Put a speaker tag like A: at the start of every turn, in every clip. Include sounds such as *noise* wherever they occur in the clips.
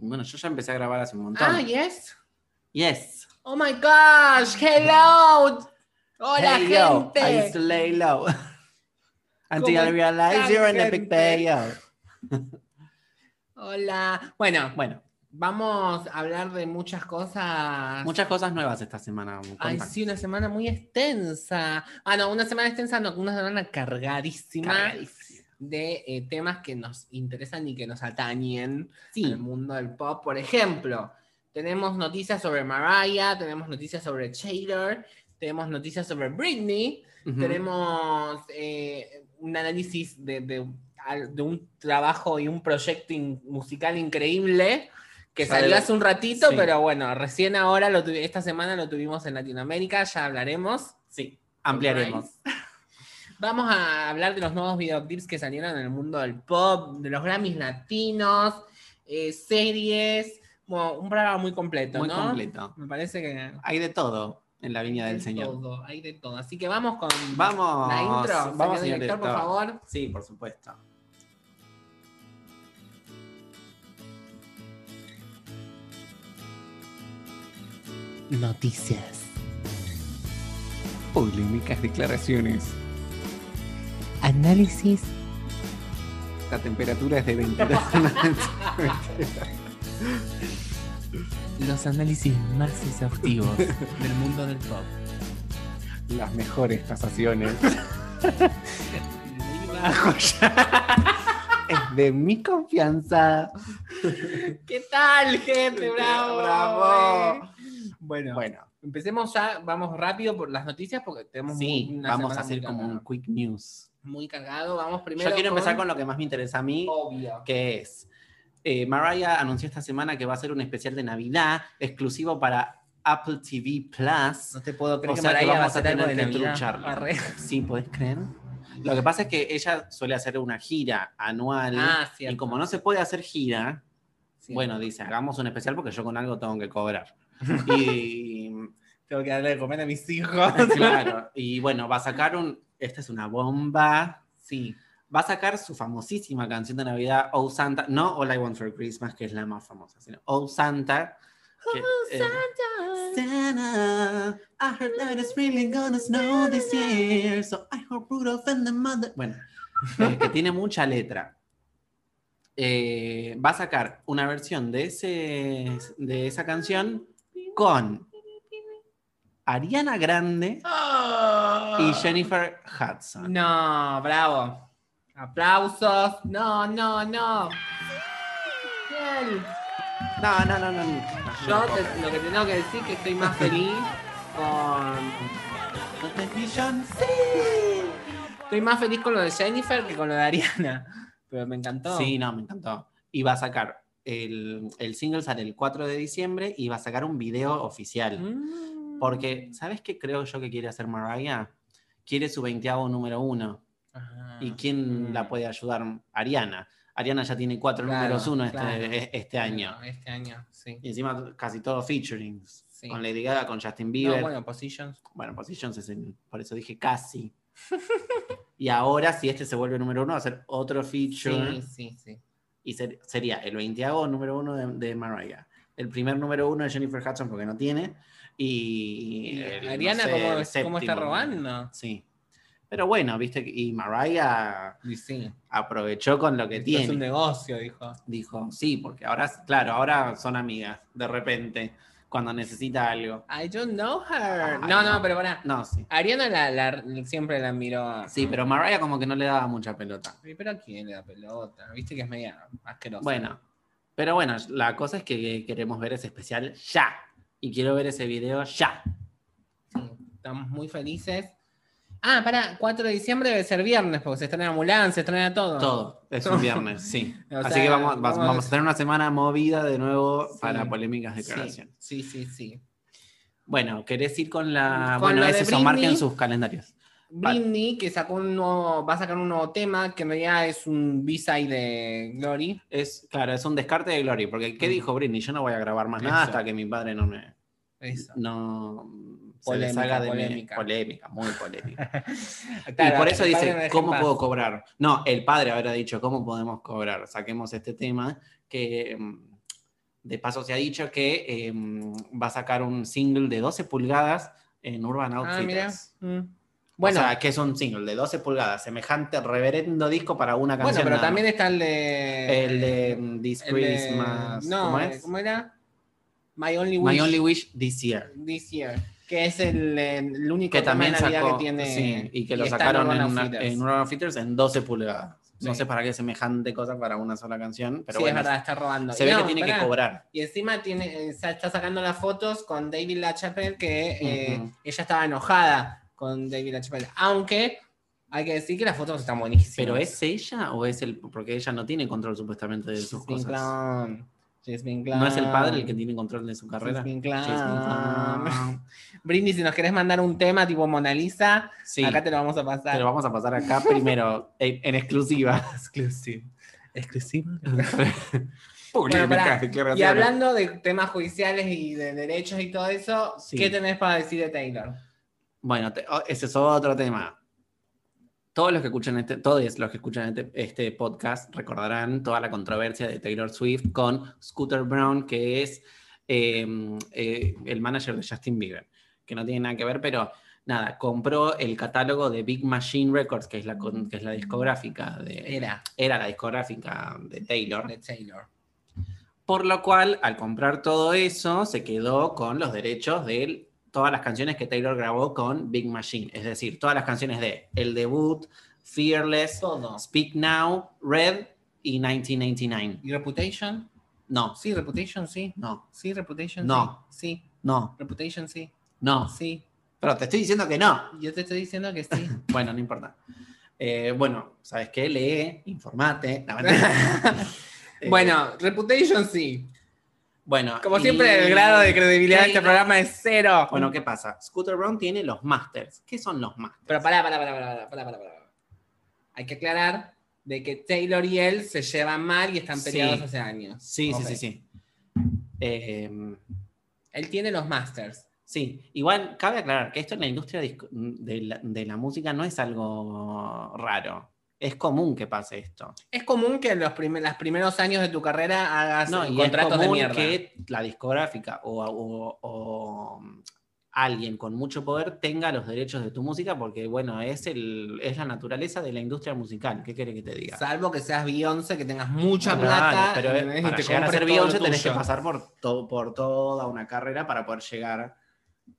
A: Bueno, yo ya empecé a grabar hace un montón.
B: Ah, yes.
A: Yes.
B: Oh my gosh. Hello. Hola,
A: Hey, yo,
B: gente.
A: I used to lay low. *laughs* Until I
B: ¿Cómo
A: realized
B: están,
A: you're in a big
B: gente?
A: payout.
B: Hola. Bueno,
A: Bueno,
B: vamos a hablar de muchas cosas.
A: muchas cosas nuevas esta semana.
B: Ay,
A: Contact.
B: sí, una semana muy extensa. Ah, no, una semana extensa, no, una semana cargadísima,
A: Cargadísima.
B: de eh, temas que nos interesan y que nos atañen
A: Sí.
B: al mundo del pop. Por ejemplo, tenemos noticias sobre Mariah, tenemos noticias sobre Taylor, tenemos noticias sobre Britney,
A: Ujú.
B: tenemos eh, un análisis de, de- al- de un trabajo y un proyecto in- musical increíble que
A: Ya
B: salió
A: debe-
B: hace un ratito,
A: sí.
B: pero bueno, recién ahora, lo tuvi- esta semana lo tuvimos en Latinoamérica, ya hablaremos.
A: Sí, ampliaremos.
B: Vamos a hablar de los nuevos videoclips que salieron en el mundo del pop, de los Grammys latinos, eh, series, bueno, un programa muy completo,
A: Muy
B: ¿no?
A: completo.
B: Me parece que
A: Hay de todo en la viña
B: hay
A: del
B: de
A: Señor.
B: todo, hay de todo. Así que vamos con
A: Vamos.
B: la intro.
A: Ah, Vamos,
B: Señor
A: señor
B: director, por
A: director.
B: favor.
A: Sí, por supuesto.
B: Noticias.
A: Polémicas declaraciones.
B: Análisis.
A: La temperatura es de
B: *laughs*
A: 22.
B: Los análisis más exhaustivos
A: *laughs*
B: del mundo del pop.
A: Las mejores tasaciones.
B: Muy bajo ya.
A: Es de mi confianza.
B: ¿Qué tal, gente? Bravo.
A: Bravo.
B: Bueno,
A: Bueno,
B: empecemos ya, vamos rápido por las noticias porque tenemos
A: sí,
B: muy- una
A: vamos a
B: semana
A: hacer
B: muy
A: como un
B: cargada.
A: quick news.
B: muy cargado. Vamos primero. Oh.
A: Yo quiero empezar con lo que más me interesa a mí,
B: obvio.
A: que es eh, Mariah anunció esta semana que va a hacer un especial de Navidad exclusivo para Apple TV Plus.
B: No te puedo creer
A: O
B: que
A: sea que
B: Mariah va a
A: vamos a
B: hacer algo de
A: tener que
B: Navidad.
A: trucharla.
B: Arre.
A: Sí, ¿podés creer? Lo que pasa es que ella suele hacer una gira anual
B: Ah, cierto.
A: y como no se puede hacer gira,
B: Sí.
A: bueno, dice, hagamos un especial porque yo con algo tengo que
B: *laughs*
A: cobrar. Y
B: tengo que darle de comer a mis hijos.
A: Claro, y bueno, va a sacar un. Esta es una bomba.
B: *laughs* Sí.
A: Va a sacar su famosísima canción de Navidad, Oh Santa. No All I Want for Christmas, que es la más famosa, sino Oh Santa. que, eh, Santa, I heard that it's really gonna snow this year, so I hope Rudolph and the mother. Bueno, eh, que tiene mucha letra. Eh, va a sacar una versión de, ese, de esa canción con Ariana Grande
B: Ah.
A: y Jennifer Hudson.
B: No, bravo. Aplausos. No, no, no. Bien.
A: No, no, no, no. no.
B: Yo te- lo que tengo que decir es que estoy más feliz con. Estoy más feliz con lo de Jennifer que con lo de Ariana. Pero me encantó.
A: Sí, no, me encantó. Y va a sacar el, el single sale el 4 de diciembre y va a sacar un video oficial.
B: Mm.
A: Porque, ¿sabes qué creo yo que quiere hacer Mariah? Quiere su veinteavo número uno.
B: Ajá.
A: ¿Y quién
B: Mm.
A: la puede ayudar? Ariana. Ariana ya tiene cuatro
B: Claro,
A: números uno este,
B: claro.
A: e- este año.
B: Bueno, Este año, sí.
A: Y encima casi todos featurings.
B: Sí.
A: Con Lady Gaga, con Justin Bieber.
B: No, bueno, Positions.
A: Bueno, Positions es el- por eso dije
B: *laughs*
A: casi. y ahora, si este se vuelve número uno, va a ser otro feature.
B: Sí, sí, sí.
A: Y ser- sería el 20 número uno de, de Mariah. El primer número uno de Jennifer Hudson, porque no tiene. Y.
B: Y
A: el, no
B: Ariana,
A: sé,
B: ¿cómo,
A: el
B: cómo está
A: séptimo.
B: robando?
A: Sí. Pero bueno, viste. que- Y Mariah
B: Y sí.
A: aprovechó con lo que
B: Esto Es
A: tiene.
B: un negocio, dijo.
A: Dijo, sí, porque ahora, claro, ahora son amigas, de repente, cuando necesita algo.
B: I don't know her.
A: Ah,
B: no,
A: no.
B: no, pero pará.
A: No, sí.
B: Ariana la, la- siempre la miró.
A: Sí, pero Mariah como que no le daba mucha pelota.
B: Pero ¿a quién le da pelota? Viste que es media asquerosa.
A: Bueno, pero bueno, la cosa es que queremos ver ese especial ya. Y quiero ver ese video ya.
B: Sí, estamos muy felices. Ah, para, 4 de diciembre debe ser viernes, porque se estrena ambulancia, se estrena todo.
A: Todo. Es un viernes, sí.
B: *laughs* O
A: Así
B: sea,
A: que vamos, vas-
B: vamos-
A: vamos a tener una semana movida de nuevo
B: Sí.
A: para polémicas
B: Sí,
A: declaraciones.
B: sí, sí. sí.
A: Bueno, ¿querés ir con la.
B: Con
A: bueno,
B: lo de
A: es eso,
B: Britney.
A: marquen sus calendarios. Vale.
B: Britney, que sacó un nuevo, va a sacar un nuevo tema, que en realidad es un B-side de Glory.
A: Es, claro, es un descarte de Glory, porque ¿qué
B: Mm.
A: dijo Britney? Yo no voy a grabar más nada
B: Eso.
A: hasta que mi padre no me. *laughs*
B: Eso.
A: No, se
B: Polémica,
A: deshaga de mí.
B: polémica.
A: polémica, muy polémica.
B: Claro,
A: y por eso
B: el padre no
A: dice,
B: deja
A: ¿cómo
B: en
A: puedo
B: paz.
A: cobrar? No, el padre habrá dicho, ¿cómo podemos cobrar? Saquemos este tema que mm, De paso se ha dicho que eh, va a sacar un single de 12 pulgadas en Urban
B: Ah, mira.
A: Outfitters.
B: Mm.
A: bueno,
B: Bueno,
A: o sea, que es un single de 12 pulgadas, semejante reverendo disco para una
B: bueno,
A: canción.
B: pero
A: nada
B: también
A: más.
B: está el de.
A: el de mm, This
B: el de-
A: Christmas,
B: No,
A: ¿cómo es?
B: ¿cómo era? My Only Wish.
A: My Only Wish This Year.
B: This Year. Que es el, el único
A: Que
B: tema
A: también
B: de Navidad
A: sacó,
B: que tiene.
A: sí, y que lo
B: está
A: sacaron
B: Urban
A: en, una-
B: Outfitters.
A: en Urban Outfitters en 12 pulgadas. No
B: Sí.
A: sé para qué semejante cosa para una sola canción, pero
B: sí,
A: bueno,
B: es verdad, está robando.
A: se
B: Y
A: ve
B: no,
A: que tiene
B: pará.
A: que cobrar.
B: Y encima tiene, eh, sa- está sacando las fotos con David LaChapelle, que eh,
A: Ujú.
B: ella estaba enojada con David LaChapelle. Aunque hay que decir que las fotos están buenísimas.
A: ¿Pero es ella o es el...? Porque ella no tiene control supuestamente de sus
B: Jasmine
A: cosas.
B: Clown. Jasmine Clown.
A: ¿No es el padre el que tiene control de su carrera?
B: Jasmine
A: Jasmine
B: Clown. *laughs*
A: Clown.
B: Brindy, si nos querés mandar un tema tipo Mona Lisa,
A: Sí,
B: acá te lo vamos a pasar.
A: pero vamos a pasar acá
B: *laughs*
A: primero, en, en exclusiva. *laughs*
B: Exclusivo. Exclusivo.
A: Polémicas
B: pará.
A: declaraciones.
B: Y hablando de temas judiciales y de derechos y todo eso,
A: Sí.
B: ¿qué tenés para decir de Taylor?
A: Bueno, te- o- ese es otro tema. Todos los que escuchan este, todos los que escuchan este, este podcast recordarán toda la controversia de Taylor Swift con Scooter Brown, que es eh, eh, el manager de Justin Bieber, que no tiene nada que ver, pero nada, compró el catálogo de Big Machine Records, que es la, con- que es la discográfica de,
B: Era
A: era la discográfica de Taylor.
B: de Taylor.
A: Por lo cual, al comprar todo eso, se quedó con los derechos de todas las canciones que Taylor grabó con Big Machine. Es decir, todas las canciones de El Debut, Fearless,
B: Todo.
A: Speak Now, Red y 1999.
B: ¿Y Reputation?
A: No,
B: Sí, Reputation, sí.
A: no,
B: Sí, Reputation.
A: No.
B: Sí. Sí,
A: no,
B: Reputation, sí.
A: no.
B: Sí.
A: Pero te estoy diciendo que no.
B: Yo te estoy diciendo
A: *laughs*
B: que sí.
A: Bueno, no importa. Eh, bueno, ¿sabes qué? Lee, informate. No,
B: *laughs*
A: mentira. Eh,
B: bueno, Reputation, sí.
A: bueno.
B: Como
A: y-
B: siempre, el grado de credibilidad de este
A: Taylor-
B: programa es cero.
A: Bueno, ¿qué pasa? Scooter Brown tiene los masters. ¿Qué son los masters?
B: Pero pará, pará, pará, pará, pará, pará, pará. Hay que aclarar de que Taylor y él se llevan mal y están
A: Sí.
B: peleados hace años.
A: Sí,
B: Ok.
A: sí, sí, sí. Eh,
B: Él tiene los masters.
A: sí, igual cabe aclarar que esto en la industria disco- de la, de la música no es algo raro. Es común que pase esto.
B: Es común que en los, primer- los primeros años de tu carrera hagas
A: No, y
B: Ah, contratos
A: es
B: de
A: común
B: mierda.
A: que la discográfica o, o- o alguien con mucho poder tenga los derechos de tu música porque, bueno, es, el, es la naturaleza de la industria musical. ¿Qué quiere que te diga?
B: Salvo que seas Beyoncé, que tengas mucha
A: Claro,
B: plata.
A: pero eh,
B: ¿entendés? Y
A: para
B: te
A: llegar a
B: compres
A: ser
B: todo lo
A: Beyoncé tenés que
B: tuyo.
A: pasar por, to- por toda una carrera para poder llegar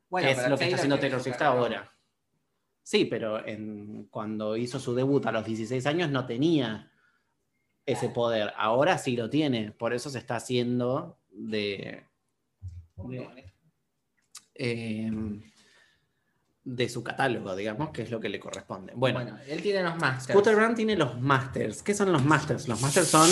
B: Bueno,
A: es
B: pero
A: lo que está
B: Taylor
A: haciendo Taylor
B: tiene su
A: Swift
B: carrera.
A: ahora. Sí, pero en- cuando hizo su debut a los 16 años no tenía ese poder. Ahora sí lo tiene. Por eso se está haciendo de, de- eh, de su catálogo, digamos, que es lo que le corresponde. Bueno,
B: Bueno, él tiene los masters.
A: Scooter Brown tiene los masters. ¿Qué son los masters? Los masters son...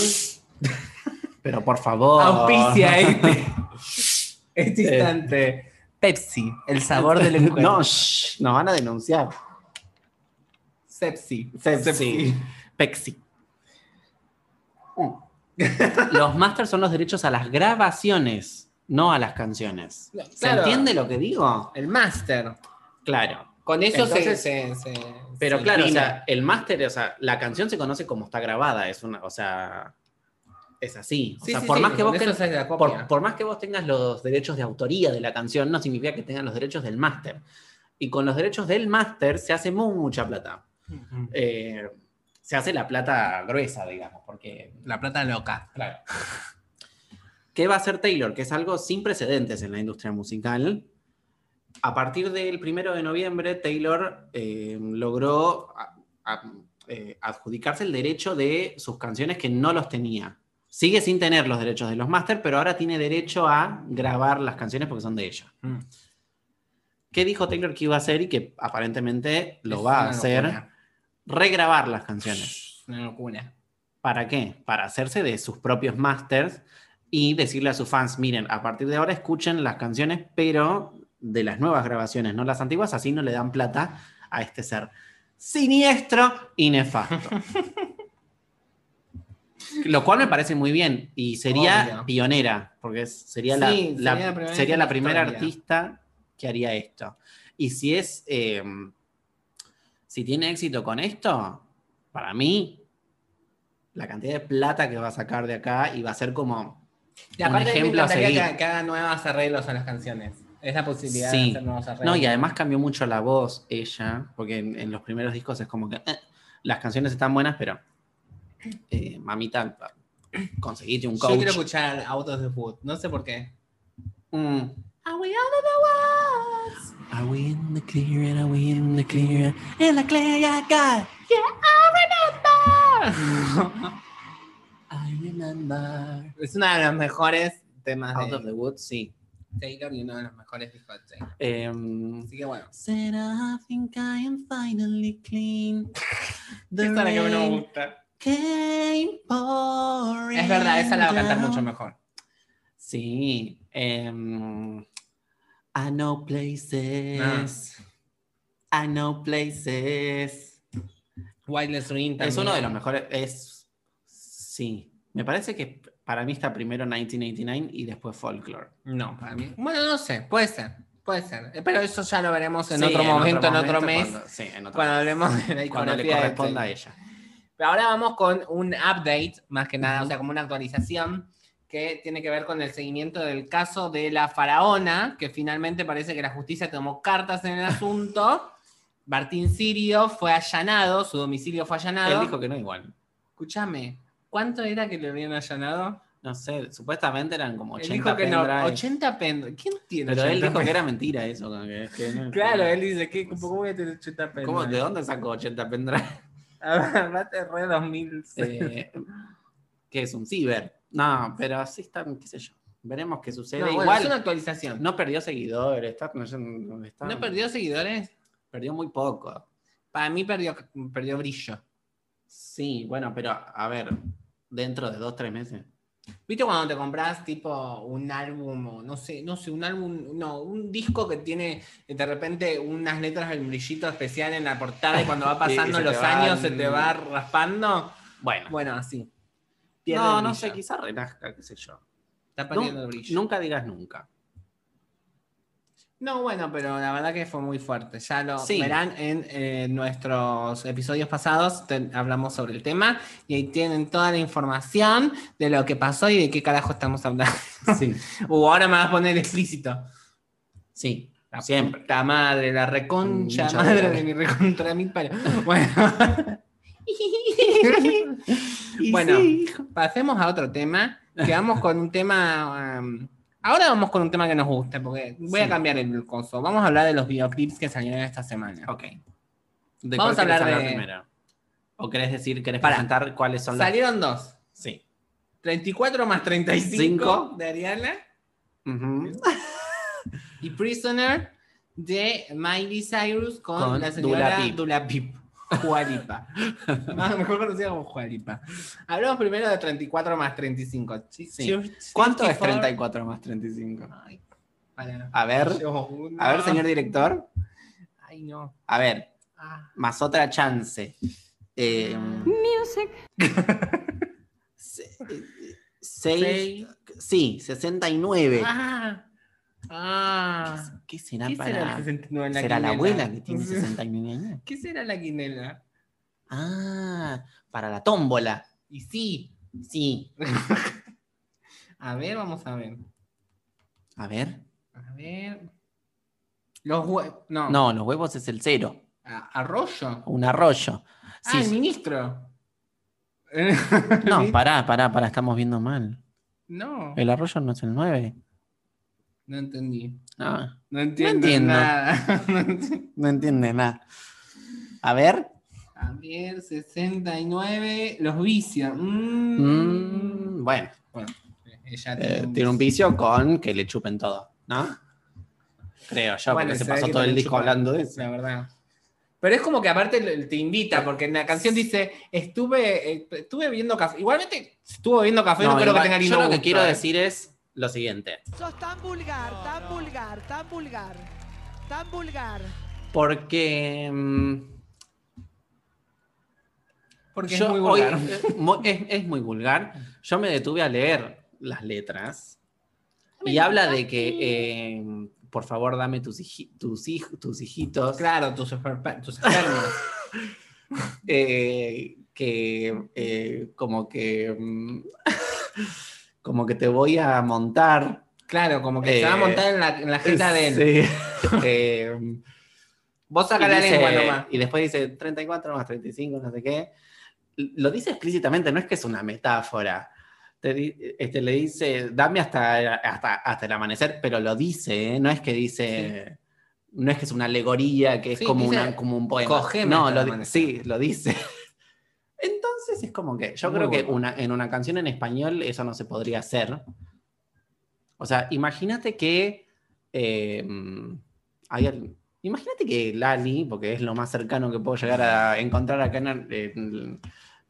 A: *laughs* pero por favor.
B: *laughs* Auspicia
A: Oh. *laughs*
B: este, este
A: Eh.
B: instante. Pepsi, el sabor
A: *laughs*
B: del encuentro.
A: No, shh, nos van a denunciar.
B: Sepsi.
A: Pepsi. Pepsi. Mm. Los masters son los derechos a las grabaciones, no a las canciones.
B: No,
A: ¿Se
B: claro.
A: entiende lo que digo?
B: El master.
A: Claro.
B: Con eso se-
A: Entonces-
B: se, se-
A: Pero
B: se
A: claro, o
B: imprime.
A: sea, el máster, o sea, la canción se conoce como está grabada, es una, o sea, es así. O
B: Sí,
A: sea,
B: sí,
A: por
B: sí,
A: más que
B: con
A: vos
B: eso
A: que-
B: se la
A: por,
B: copia.
A: por más que vos tengas los derechos de autoría de la canción, no significa que tengas los derechos del máster. Y con los derechos del máster se hace mucha plata.
B: Ujú.
A: Eh, se hace la plata gruesa, digamos, porque
B: La plata loca.
A: Claro. ¿Qué va a hacer Taylor? Que es algo sin precedentes en la industria musical. A partir del primero de noviembre, Taylor eh, logró a- a- eh, adjudicarse el derecho de sus canciones que no los tenía. Sigue sin tener los derechos de los máster, pero ahora tiene derecho a grabar las canciones porque son de ella.
B: Mm.
A: ¿Qué dijo Taylor que iba a hacer y que aparentemente lo
B: Es
A: va
B: una
A: a hacer?
B: locura.
A: Regrabar las canciones.
B: Es Una locura.
A: ¿Para qué? Para hacerse de sus propios masters y decirle a sus fans, miren, a partir de ahora escuchen las canciones, pero de las nuevas grabaciones, no las antiguas, así no le dan plata a este ser siniestro y nefasto. Lo cual me parece muy bien y sería
B: Obvio.
A: pionera, porque es- sería, la,
B: Sí,
A: la-
B: sería la primera
A: sería
B: en
A: la
B: la
A: primera
B: historia.
A: artista que haría esto. Y si es, eh, si tiene éxito con esto, para mí, la cantidad de plata que va a sacar de acá y va a ser como
B: Y
A: un
B: aparte
A: ejemplo
B: ejemplo
A: a
B: me encantaría
A: seguir.
B: que, que haga nuevos arreglos a las canciones. Es la posibilidad
A: Sí.
B: de hacer nuevos arreglos.
A: No, y además cambió mucho la voz ella, porque en, en los primeros discos es como que eh, las canciones están buenas, pero eh, mamita, conseguiste un
B: Yo
A: coach.
B: quiero escuchar Out of the Wood, no sé por qué.
A: Mm.
B: Are we out of the woods?
A: Are we in the clear? Are we in the clear? In the clear, yeah, God. *laughs* I remember.
B: es uno de los mejores temas
A: Out
B: de
A: of the Woods, sí.
B: Taylor y uno de los mejores discos de Taylor.
A: Em,
B: Así que bueno.
A: Said I think I am finally
B: *laughs*
A: clean. The
B: Esa es la que no me
A: rain
B: gusta.
A: came pouring
B: Es verdad, esa la va a cantar
A: down.
B: mucho mejor.
A: Sí. em, I know places.
B: Ah.
A: I know places.
B: Wildest Dream también.
A: Es uno de los mejores. Es. Sí. Me parece que para mí está primero 1989 y después Folklore.
B: No, para mí. Bueno, no sé, puede ser, puede ser. Eh, Pero eso ya lo veremos en
A: Sí,
B: otro momento, en otro
A: momento,
B: mes,
A: cuando- sí, en otro
B: cuando
A: mes.
B: hablemos de la
A: Cuando le
B: iconografía de este.
A: corresponda a
B: Taylor.
A: ella.
B: Pero ahora vamos con un update, más que nada,
A: Ujú.
B: o sea, como una actualización que tiene que ver con el seguimiento del caso de la faraona, que finalmente parece que la justicia tomó cartas en
A: *laughs*
B: el asunto. Martín Sirio fue allanado, su domicilio fue
A: Él
B: allanado.
A: dijo que no igual.
B: Escúchame, ¿cuánto era que le habían allanado?
A: No sé, supuestamente eran como
B: Él
A: 80
B: dijo que no,
A: pendrives.
B: 80 pendrives. ¿Quién tiene
A: Pero él
B: 80
A: dijo que era mentira eso. como que- que no-
B: Claro, él dice, ¿qué, ¿cómo voy a tener 80 pesos?
A: ¿Cómo, ¿De dónde sacó 80 pendrives?
B: Mate re 2000.
A: Eh, *laughs* que es un ciber. No, pero así está, qué sé yo. Veremos qué sucede.
B: No, bueno,
A: Igual
B: es una actualización. No,
A: no perdió seguidores, está, no, no- está-
B: perdió seguidores.
A: perdió muy poco.
B: Para mí perdió, perdió brillo.
A: Sí, bueno, pero a ver, dentro de dos, tres meses.
B: ¿Viste cuando te compras tipo un álbum o no sé, no sé, un álbum, no, un disco que tiene de repente unas letras del brillito especial en la portada y cuando *laughs* va
A: Sí, y
B: pasando
A: se te
B: los
A: van-
B: años se te *laughs* va raspando?
A: Bueno,
B: Bueno, así. Pierde
A: no,
B: el
A: no
B: brillo.
A: sé, quizás renazca, qué sé yo.
B: Está
A: Nun-
B: perdiendo el brillo.
A: nunca digas nunca.
B: No, bueno, pero la verdad que fue muy fuerte. Ya lo
A: Sí.
B: verán en eh, nuestros episodios pasados. ten- hablamos sobre el tema y ahí tienen toda la información de lo que pasó y de qué carajo estamos hablando. *laughs*
A: Sí,
B: Uh, ahora me vas a poner explícito.
A: sí, *laughs*
B: La
A: siempre.
B: puta madre, la reconcha,
A: Mucha
B: madre
A: madre.
B: de mi recontra mi palo. *laughs* Bueno. bueno, pasemos a otro tema. Quedamos con un tema. um, ahora vamos con un tema que nos gusta, porque voy a
A: Sí.
B: cambiar el coso. Vamos a hablar de los videoclips que salieron esta semana.
A: Ok. ¿De
B: Vamos
A: cuál
B: a
A: querés
B: hablar de-
A: primero? ¿O querés decir, querés
B: Pará.
A: presentar cuáles son las...
B: Salieron dos:
A: Sí.
B: 34 más 35
A: Cinco.
B: de Ariana
A: Ujú.
B: y Prisoner de Miley Cyrus con,
A: Con
B: la señora
A: Dula Pip.
B: Dula Pip. Jualipa. *laughs* Más- mejor conocida como Jualipa. Hablamos primero de 34 más 35. Sí.
A: ¿Cuánto es 34 más 35?
B: Ay, para.
A: A ver,
B: Yo, no.
A: a ver, señor director.
B: Ay, no.
A: A ver,
B: Ah. Mm,
A: más otra chance. Eh,
C: Music.
A: se- eh, seis- sí, 69.
B: Ah. Ah.
A: ¿Qué será
B: ¿Qué será el
A: para...?
B: 69 la
A: ¿Será la
B: quinela?
A: abuela que
B: *laughs*
A: tiene 69 años?
B: ¿Qué será la quinela?
A: Ah, para la tómbola.
B: Y sí.
A: Sí.
B: A ver, vamos a ver.
A: A ver.
B: A ver. Los hue- No.
A: No, los huevos es el cero.
B: A- Arroyo.
A: Un arroyo.
B: Ah,
A: Sí,
B: el
A: sí.
B: ministro.
A: No, pará, pará, pará, estamos viendo mal.
B: *laughs* no,
A: El arroyo no es el 9.
B: no entendí.
A: Ah,
B: No entiendo,
A: entiendo.
B: nada. *laughs* No entiendo.
A: no entiende nada. A ver.
B: A ver, 69, los vicios. Mm.
A: Mm, bueno,
B: Ella
A: eh, tiene un vicio con que le chupen todo, ¿no? Creo yo,
B: Bueno,
A: porque se
B: se ve
A: pasó
B: que
A: todo el
B: también
A: disco
B: chupa.
A: hablando de eso.
B: La verdad. Pero es como que aparte le- te invita, porque en la canción dice, estuve, eh, estuve viendo café. Igualmente, si estuvo viendo café, no, creo
A: igual,
B: que tenga
A: yo
B: ningún
A: lo que
B: gusto,
A: quiero
B: eh.
A: decir es lo siguiente.
D: Sos tan vulgar, tan vulgar, tan vulgar, tan vulgar.
A: Porque... mm,
B: Porque
A: Yo
B: es muy
A: hoy-
B: vulgar.
A: eh, mu- es, es muy vulgar. Yo me detuve a leer las letras y habla de que, eh, por favor, dame tus, hiji- tus, hij- tus hijitos,
B: Claro, tus, esperpa-
A: *laughs*
B: tus espermas.
A: eh, que eh, como que... mm, *laughs* como que te voy a montar.
B: Claro, como que se va a
A: Eh,
B: montar en la, en la jeta de él.
A: Sí. *laughs* Eh,
B: Vos
A: y,
B: saca la
A: dice-
B: lengua nomás.
A: y después dice 34 más 35, no sé qué. Lo dice explícitamente, no es que es una metáfora. Te di- este, le dice, dame hasta, hasta, hasta el amanecer, pero lo dice, ¿eh? no es que dice, no es que es una alegoría, que es
B: Sí,
A: como,
B: dice,
A: una, como un poema.
B: "Cogeme
A: no,
B: hasta
A: lo
B: el
A: di-
B: amanecer".
A: sí, lo dice.
B: *laughs*
A: Entonces es como que, yo
B: Muy
A: creo que
B: bueno.
A: una, en una canción en español eso no se podría hacer. O sea, imagínate que... eh, hay al- Imagínate que Lali, porque es lo más cercano que puedo llegar a encontrar acá en Ar- en-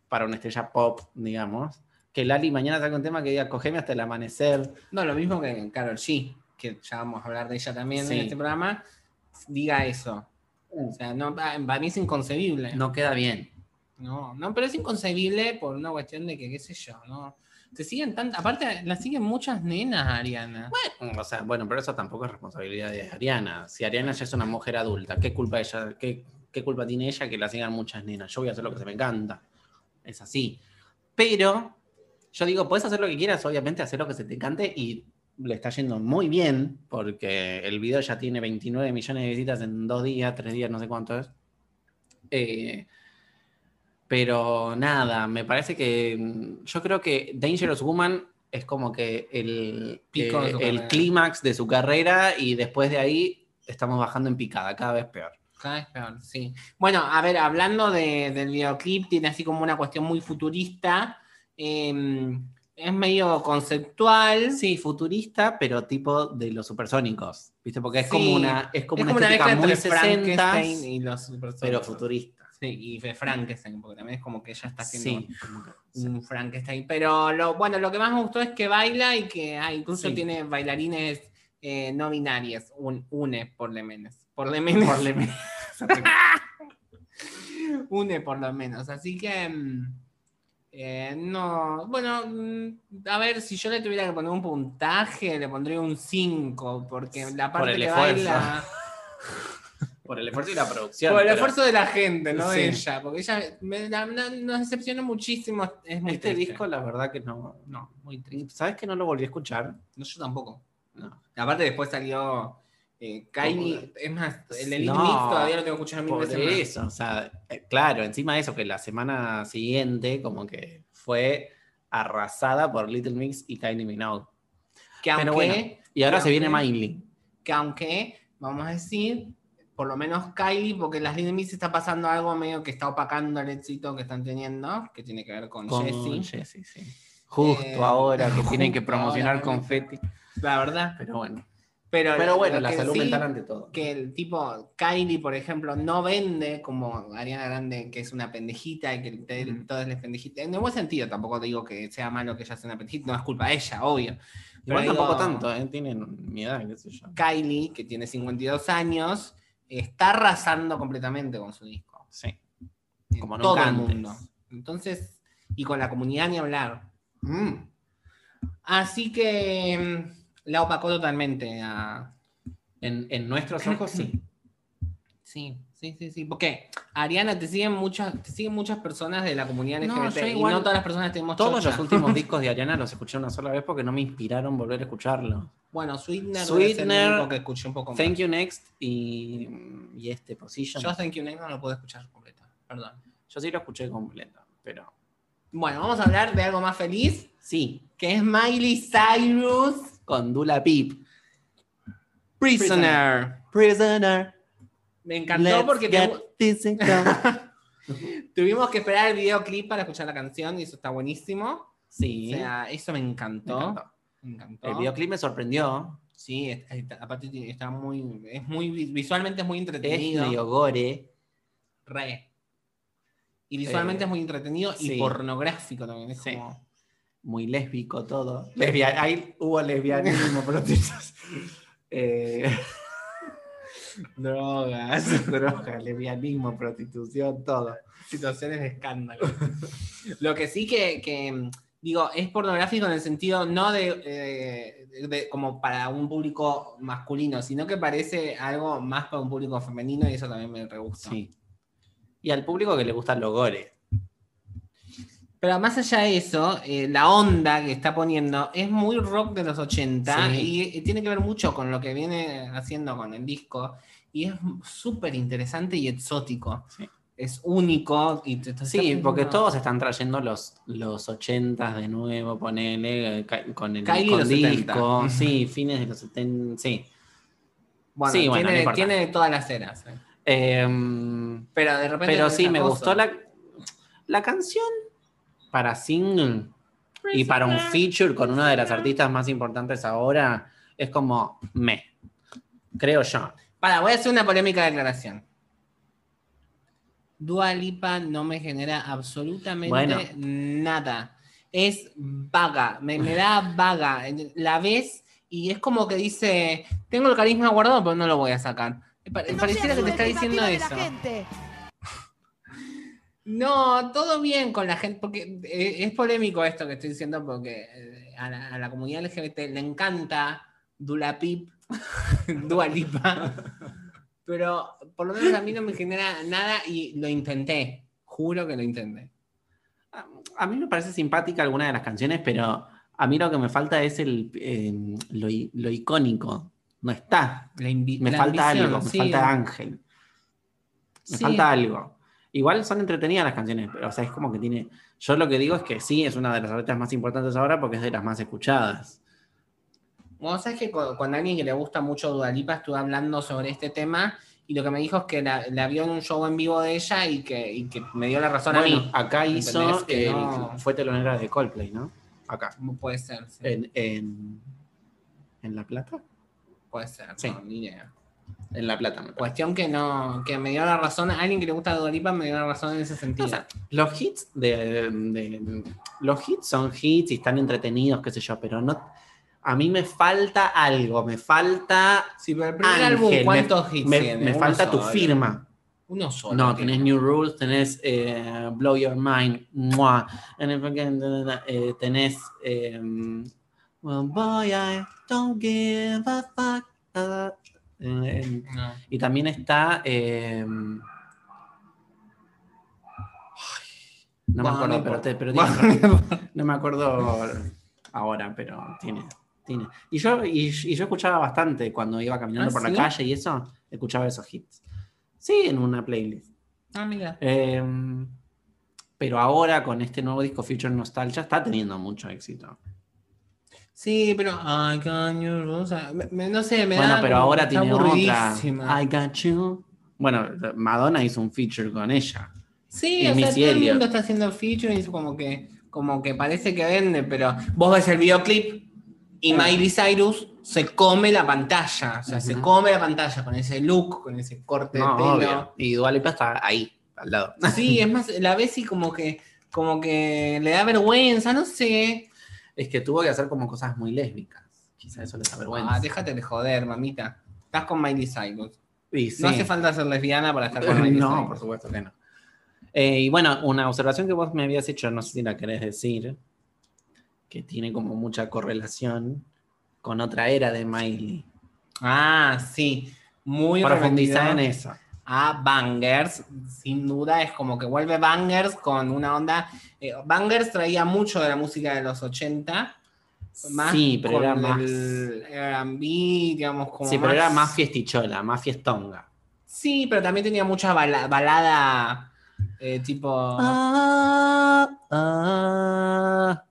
A: para una estrella pop, digamos, que Lali mañana saca un tema que diga, cogeme hasta el amanecer.
B: No, lo mismo que Carol G, que ya vamos a hablar de ella también
A: Sí. Mm.
B: en este programa, diga eso. O sea, no, pa- para mí es inconcebible.
A: No queda bien.
B: No, no, pero es inconcebible por una cuestión de que, qué sé yo, ¿no? Te siguen tantas, aparte la siguen muchas nenas, Ariana.
A: O sea, bueno, pero eso tampoco es responsabilidad de Ariana. Si Ariana ya es una mujer adulta, ¿qué culpa, ella, qué, qué culpa tiene ella que la sigan muchas nenas? Yo voy a hacer lo que se me encanta. Es así. Pero yo digo, puedes hacer lo que quieras, obviamente, hacer lo que se te encante y le está yendo muy bien porque el video ya tiene 29 millones de visitas en dos días, tres días, no sé cuánto es. Eh, pero nada, me parece que mm, yo creo que Dangerous Woman es como que el,
B: Pico de su
A: eh,
B: carrera.
A: el clímax de su carrera y después de ahí estamos bajando en picada, cada vez peor.
B: Cada vez peor, sí. Bueno, a ver, hablando de- del videoclip, tiene así como una cuestión muy futurista. eh, es medio conceptual.
A: Sí, futurista, pero tipo de los supersónicos, ¿viste? Porque es
B: Sí,
A: como una, es como
B: es
A: una,
B: como una
A: estética
B: mezcla
A: muy
B: entre
A: 60
B: Frankenstein y los supersónicos.
A: pero futurista.
B: Sí, y de Frankenstein, porque también es como que ella está haciendo
A: Sí, como que-
B: un Frankenstein. Pero lo, bueno, lo que más me gustó es que baila y que ah, incluso
A: Sí.
B: tiene bailarines eh, no binarias, un, une por lo menos. Por lo menos.
A: Por lo
B: *laughs*
A: menos.
B: une por lo menos. Así que. mm, eh, no. Bueno, mm, a ver, si yo le tuviera que poner un puntaje, le pondría un 5, porque la
A: Por
B: parte
A: el
B: que
A: esfuerzo. *laughs*
B: baila.
A: Por el esfuerzo y la producción.
B: Por el
A: pero
B: esfuerzo de la gente, no de
A: Sí.
B: ella, porque ella me- la- la- nos decepcionó muchísimo. Es muy
A: Este
B: triste.
A: disco, la verdad que no.
B: No, muy triste.
A: ¿Sabes que no lo volví a escuchar?
B: No, yo tampoco.
A: No.
B: Aparte después salió eh, Kylie, es más, el Elite
A: No,
B: Mix todavía lo tengo que escuchar mil
A: Por
B: veces más.
A: eso, o sea, eh, claro, encima de eso, que la semana siguiente, como que fue arrasada por Little Mix y Kylie Minogue.
B: Que aunque,
A: Pero bueno, y ahora
B: pero
A: se viene
B: aunque-
A: Miley.
B: que aunque, vamos a decir, por lo menos Kylie, porque en las Little Mix está pasando algo medio que está opacando el éxito que están teniendo, que tiene que ver con,
A: Con
B: Jessie.
A: Jessie, sí. Justo
B: Eh,
A: ahora que tienen que
B: justo
A: promocionar
B: ahora.
A: confeti.
B: La verdad.
A: Pero bueno.
B: Pero,
A: Pero bueno,
B: lo
A: la
B: que
A: salud
B: sí,
A: mental ante todo.
B: que el tipo Kylie, por ejemplo, no vende como Ariana Grande, que es una pendejita y que te-
A: Ujú.
B: todas las pendejitas. En buen sentido, tampoco digo que sea malo que ella sea una pendejita, no es culpa de ella, obvio.
A: Igual
B: pero
A: tampoco
B: digo-
A: tanto, ¿eh? Tienen mi edad, qué sé yo.
B: Kylie, que tiene 52 años, está arrasando completamente con su disco.
A: Sí.
B: En
A: Como
B: todo
A: nunca
B: el
A: antes.
B: mundo. Entonces, y con la comunidad ni hablar.
A: Mm.
B: Así que mm, la opacó totalmente a,
A: En, en nuestros ojos, sí.
B: Sí, sí, sí, sí. Porque, Ariana, te siguen muchas, te siguen muchas personas de la comunidad
A: No,
B: LGBT.
A: yo
B: y
A: igual-
B: no todas las personas tenemos
A: Todos
B: chocha.
A: los *laughs* últimos discos de Ariana los escuché una sola vez porque no me inspiraron volver a escucharlo.
B: Bueno, Sweetener, es
A: Sweetener,
B: el único que escuché un poco más.
A: Thank You Next y, y este Position.
B: Yo
A: Yo,
B: Thank You Next no lo puedo escuchar completo. Perdón.
A: sí lo escuché completo, pero
B: Bueno, vamos a hablar de algo más feliz,
A: sí,
B: que es Miley Cyrus
A: con Dula Peep.
B: Prisoner.
A: Prisoner.
B: Me encantó
A: let's
B: porque
A: get
B: tu-
A: this *laughs* and go.
B: tuvimos que esperar el videoclip para escuchar la canción y eso está buenísimo.
A: Sí, *laughs*
B: O sea, eso me
A: me
B: encantó.
A: encantó.
B: Me encantó.
A: El videoclip me sorprendió.
B: Sí, es- es- aparte tiene- está muy, es muy, vi- visualmente es muy
A: Es
B: entretenido.
A: medio gore.
B: Re. Y visualmente
A: Eh,
B: es muy entretenido y
A: sí.
B: pornográfico también. Es
A: Sí.
B: como.
A: muy lésbico todo. Lesbia- ahí hubo
B: *laughs*
A: lesbianismo, pero Eh, *laughs* drogas, drogas, lesbianismo, prostitución, todo.
B: Situaciones de escándalo. *laughs* Lo que sí que, que, mm, digo, es pornográfico en el sentido no de, eh, de- como para un público masculino, sino que parece algo más para un público femenino y eso también me re gusta.
A: Sí. Y al público que le gustan los gores.
B: Pero más allá de eso, eh, la onda que está poniendo es muy rock de los 80
A: Sí.
B: y, y tiene que ver mucho con lo que viene haciendo con el disco. Y es súper interesante y exótico.
A: Sí.
B: Es único. Y te- te está
A: Sí, porque
B: poniendo-
A: todos están trayendo los, los 80 de nuevo, ponele, eh, ca- con el
B: Kylie
A: con
B: los 70.
A: disco, sí, fines de los 70, sí.
B: Bueno,
A: Sí, bueno, no
B: tiene,
A: importa.
B: tiene de todas las eras. eh.
A: Em,
B: Pero de repente.
A: pero
B: tenés
A: sí, me
B: acoso.
A: gustó la, la canción para single y para un feature con una de las artistas más importantes ahora, es como me, creo yo.
B: Para, voy a hacer una polémica declaración. Dua Lipa no me genera absolutamente
A: Bueno.
B: nada. Es vaga, me, me da vaga. La ves y es como que dice, tengo el carisma guardado, pero no lo voy a sacar. Pa-
D: No
B: Pareciera
D: seas
B: que te está diciendo
D: subestimativa de la
B: eso.
D: gente.
B: No, todo bien con la gente, porque eh, es polémico esto que estoy diciendo, porque eh, a la, a la comunidad LGBT le encanta *laughs* Dulapip, Dualipa, pero por lo menos a mí no me genera nada y lo intenté, juro que lo intenté.
A: A- A mí me parece simpática alguna de las canciones, pero a mí lo que me falta es el, em, lo, i- lo icónico. No está.
B: La invi-
A: Me
B: la
A: falta
B: ambición,
A: algo, me
B: sí,
A: falta Ángel, me
B: sí.
A: falta algo. Igual son entretenidas las canciones, pero o sea, es como que tiene. Yo lo que digo es que sí, es una de las artistas más importantes ahora porque es de las más escuchadas.
B: Vos sabés que con, con alguien que le gusta mucho Dualipa estuve hablando sobre este tema y lo que me dijo es que la, la vio en un show en vivo de ella y que, y que me dio la razón a
A: Bueno,
B: mí.
A: acá
B: ¿entendés?
A: hizo.
B: Que
A: el-
B: no-
A: Fue telonera de Coldplay, ¿no? Acá.
B: Puede ser, sí,
A: En, en, en La Plata.
B: puede ser,
A: Sí.
B: no, ni idea.
A: En La Plata, me parece.
B: Cuestión que no, que me dio la razón, alguien que le gusta a Dua Lipa me dio la razón en ese sentido.
A: O sea, los hits de, de- los hits son hits y están entretenidos, qué sé yo, pero no a mí me falta algo, me falta
B: si pero el primer
A: Ángel,
B: álbum,
A: me-
B: ¿cuántos hits
A: me,
B: tiene?
A: me
B: Uno
A: falta tu
B: solo.
A: firma.
B: Uno solo.
A: No,
B: tiene.
A: tenés New Rules, tenés eh, Blow Your Mind, mua, and if I can- da, da, da, eh, tenés eh, Well boy I don't give a fuck. ah, eh,
B: No.
A: y también está. eh, ay, no me
B: Bueno,
A: acuerdo,
B: no
A: pero,
B: importa.
A: te- pero tiene-
B: *laughs* Bueno,
A: no me acuerdo ahora, pero tiene. tiene. Y, yo, y, y yo escuchaba bastante cuando iba caminando
B: ¿Ah,
A: por
B: sí?
A: la calle y eso, escuchaba esos hits. Sí, en una playlist.
B: Ah, mira.
A: Eh, pero ahora con este nuevo disco Future Nostalgia está teniendo mucho éxito.
B: Sí, pero I got you, Rosa. Me- me- no sé, me
A: bueno,
B: da
A: pero
B: como-
A: ahora
B: está
A: tiene otra.
B: aburridísima.
A: I Got You. Bueno, Madonna hizo un feature con ella. y
B: Sí, o sea,
A: Missy
B: todo el
A: Elliott.
B: mundo está haciendo featuring, es como que, como que parece que vende, pero vos ves el videoclip y Miley Cyrus se come la pantalla, o sea, se
A: Ujú.
B: come la pantalla con ese look, con ese corte
A: No,
B: de pelo.
A: obvio. Y Dua Lipa está ahí, al lado.
B: Sí, es más, la ves y como que, como que le da vergüenza, no sé.
A: Es que tuvo que hacer como cosas muy lésbicas. Quizás eso les da vergüenza.
B: Ah, déjate de joder, mamita. Estás con Miley Cyrus.
A: Y sí.
B: No hace falta ser lesbiana para
A: *laughs*
B: estar con Miley
A: No, por
B: Cyrus.
A: supuesto que no. Eh, y bueno, una observación que vos me habías hecho, no sé si la querés decir, que tiene como mucha correlación con otra era de Miley.
B: Ah, sí. Muy
A: Profundizá en eso.
B: remitido a Bangers, sin duda es como que vuelve Bangers con una onda. eh, Bangers traía mucho de la música de los 80, más
A: sí, pero
B: con
A: era más.
B: el RB, digamos, como.
A: Sí, pero era más fiestichola, más fiestonga.
B: Sí, pero también tenía mucha bala- balada eh, tipo.
A: Ah, ah,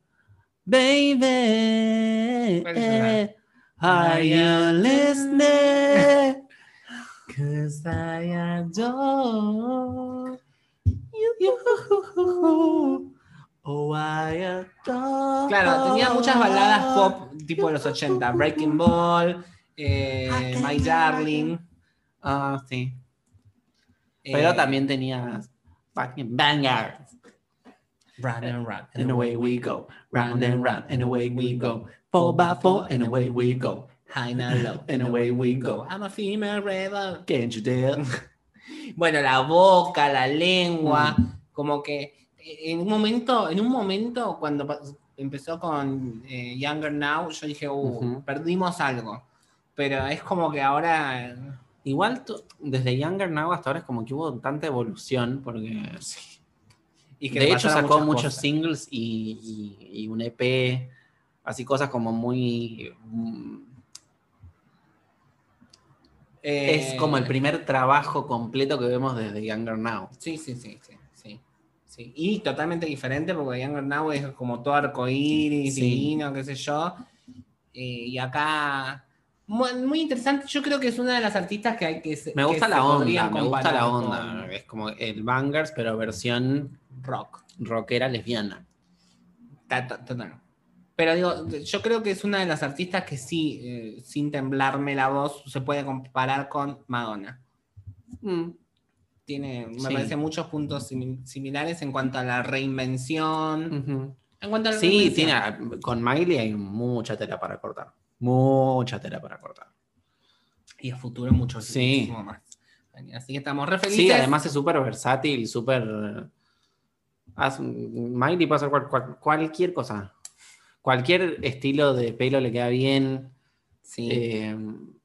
A: baby,
B: ¿Cuál es
A: are you listening? *laughs* 'Cause
B: I adore.
A: you, oh, I adore.
B: Claro, tenía muchas baladas pop tipo de los 80, Breaking Ball, eh, My Darling.
A: Ah, sí.
B: eh,
A: Pero también tenía fucking bangers.
B: Run and Run.
A: And away we go, round and round, and away we go, four by four, and away we go,
B: High and low.
A: and away we go.
B: I'm a female rebel.
A: Can't you tell?
B: *laughs* Bueno, la boca, la lengua,
A: Mm.
B: como que eh, en un momento, en un momento cuando pa- empezó con eh, Younger Now, yo dije, uh,
A: Ujú.
B: perdimos algo. Pero es como que ahora eh,
A: Igual tú- desde Younger Now hasta ahora es como que hubo tanta evolución, porque
B: Y que
A: de
B: le
A: hecho,
B: pasaron
A: sacó
B: muchas
A: muchos
B: cosas.
A: singles y, y- y un EP, así cosas como muy... mm,
B: Eh,
A: Es como el primer trabajo completo que vemos desde Younger Now.
B: Sí, sí, sí, sí, sí, sí. Y totalmente diferente porque Younger Now es como todo arcoíris,
A: Sí.
B: divino, qué sé yo. Eh, y acá, muy, muy interesante. Yo creo que es una de las artistas que hay que se-
A: Me
B: que
A: gusta
B: se
A: la onda,
B: podrían
A: me gusta
B: comparar
A: la
B: con
A: onda. Es como el Bangers, pero versión
B: Rock.
A: rockera lesbiana.
B: Ta- ta- total. Pero digo, yo creo que es una de las artistas que sí, eh, sin temblarme la voz, se puede comparar con Madonna. Mm. Tiene, me
A: Sí.
B: parece, muchos puntos simi- similares en cuanto a la reinvención.
A: Ujú.
B: En cuanto a la
A: Sí,
B: reinvención.
A: tiene, con Miley hay mucha tela para cortar. Mucha tela para cortar.
B: Y a futuro mucho,
A: Sí.
B: muchísimo más. Así que estamos re felices.
A: Sí, además es súper versátil, súper... haz- Miley puede hacer cual- cual- cualquier cosa. Cualquier estilo de pelo le queda bien.
B: Sí.
A: eh,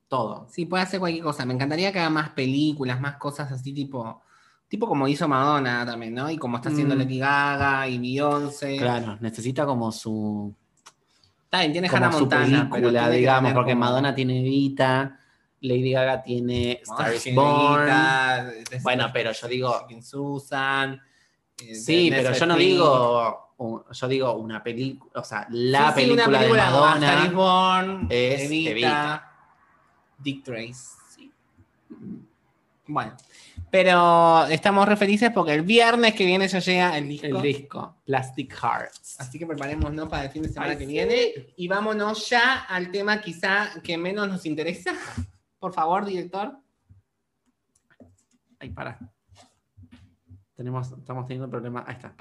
A: todo.
B: Sí, puede hacer cualquier cosa. Me encantaría que haga más películas, más cosas así tipo... Tipo como hizo Madonna también, ¿no? Y como está haciendo
A: Mm.
B: Lady Gaga y Beyoncé.
A: Claro, necesita como su...
B: Está bien, tiene
A: como
B: Hannah
A: su
B: Montana. pero
A: película,
B: tiene que
A: digamos,
B: tener
A: porque
B: como-
A: Madonna tiene Vita, Lady Gaga tiene Star
B: Madonna
A: is
B: tiene
A: Born.
B: Ah, Evita, es-
A: Bueno, pero yo digo-
B: Fucking Susan. eh,
A: Sí,
B: Netflix.
A: pero yo no digo, un- yo digo una película, o sea, la
B: Sí, sí,
A: película,
B: una película
A: de
B: como
A: Madonna.
B: Star is Born,
A: es
B: Evita,
A: Evita.
B: Dick Tracy. Bueno, pero estamos re felices porque el viernes que viene ya llega el disco.
A: El disco, Plastic Hearts.
B: Así que preparémonos para el fin de semana
A: Ay,
B: que
A: sí.
B: viene y vámonos ya al tema quizá que menos nos interesa. Por favor, director.
A: Ay, para. Tenemos, estamos teniendo un problema. Ahí está.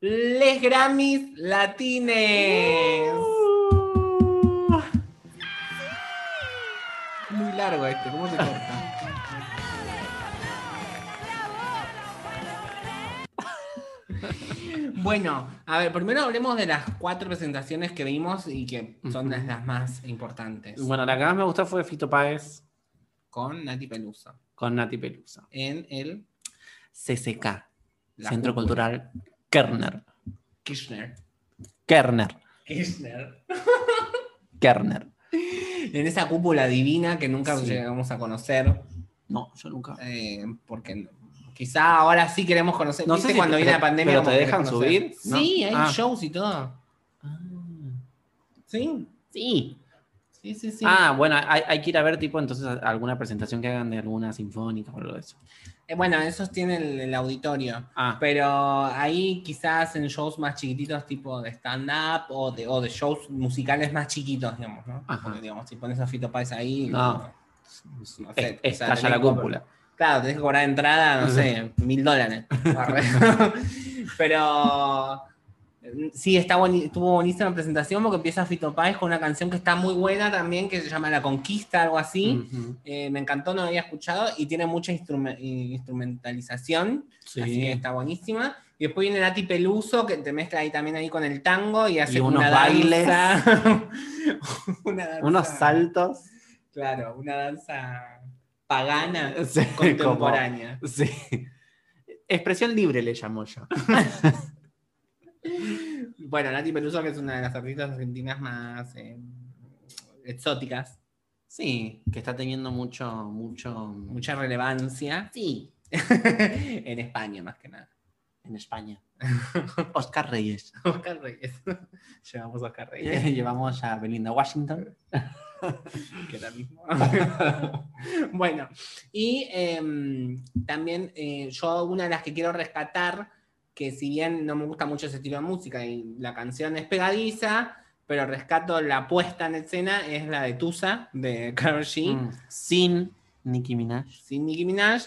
B: Les Grammys Latines.
A: Uh.
B: Muy largo este, ¿cómo se corta? Bueno, a ver, primero hablemos de las cuatro presentaciones que vimos y que son las, las más importantes.
A: Bueno, la que más me gustó fue Fito Páez
B: Con Nati Peluso
A: con Nati Pelusa.
B: en el
A: CCK,
B: La
A: Centro
B: Cúpula.
A: Cultural Kerner.
B: Kirchner.
A: Kerner.
B: Kirchner.
A: Kerner.
B: En esa cúpula divina que nunca
A: Sí.
B: llegamos a conocer.
A: No, yo nunca.
B: eh, porque no- quizá ahora sí queremos conocer.
A: No
B: ¿Viste
A: sé si-
B: cuando viene
A: pero-
B: la pandemia?
A: pero
B: como
A: te
B: que
A: dejan
B: conocer?
A: subir, ¿no?
B: Sí, hay
A: Ah.
B: shows y todo. Sí,
A: Sí.
B: sí, sí, sí.
A: Ah, bueno, hay, hay que ir a ver, tipo, entonces alguna presentación que hagan de alguna sinfónica o algo de eso.
B: Eh, bueno, esos tienen el, el auditorio.
A: Ah,
B: Pero ahí quizás en shows más chiquititos, tipo de stand-up o de, o de shows musicales más chiquitos, digamos, ¿no?
A: Ajá.
B: Porque, digamos, si pones a Fito Páez ahí.
A: No.
B: no sé,
A: es-
B: o sea,
A: estalla la
B: tenés como-
A: cúpula.
B: Claro, tenés que cobrar entrada, no
A: *laughs*
B: sé, mil dólares. *laughs* Pero eh, sí, está boni- estuvo buenísima la presentación porque empieza Fito Páez con una canción que está muy buena también, que se llama La Conquista, algo así.
A: Ujú.
B: Eh, me encantó, no la había escuchado y tiene mucha instrume- i- instrumentalización,
A: Sí.
B: así que está buenísima. Y después viene Nati Peluso, que te mezcla ahí también ahí con el tango y hace
A: Y unos
B: una
A: bailes.
B: danza. *laughs* una danza.
A: Unos saltos.
B: Claro, una danza pagana
A: Sí, como-
B: contemporánea.
A: Sí. *laughs* Expresión libre le llamo yo.
B: Bueno, Nati Peluso, que es una de las artistas argentinas más eh, exóticas,
A: Sí, que está teniendo mucho, mucho.
B: mucha relevancia
A: Sí.
B: *laughs* en España más que nada. *laughs*
A: En España. *laughs* Oscar Reyes.
B: Oscar Reyes. *laughs* Llevamos a Oscar Reyes,
A: *laughs* Llevamos a Belinda Washington.
B: que era mismo. *laughs* bueno, y em, también eh, yo una de las que quiero rescatar, que si bien no me gusta mucho ese estilo de música y la canción es pegadiza, pero rescato la puesta en escena, es la de Tusa, de Karol G.
A: Mm. Sin Nicki Minaj.
B: sin Nicki Minaj,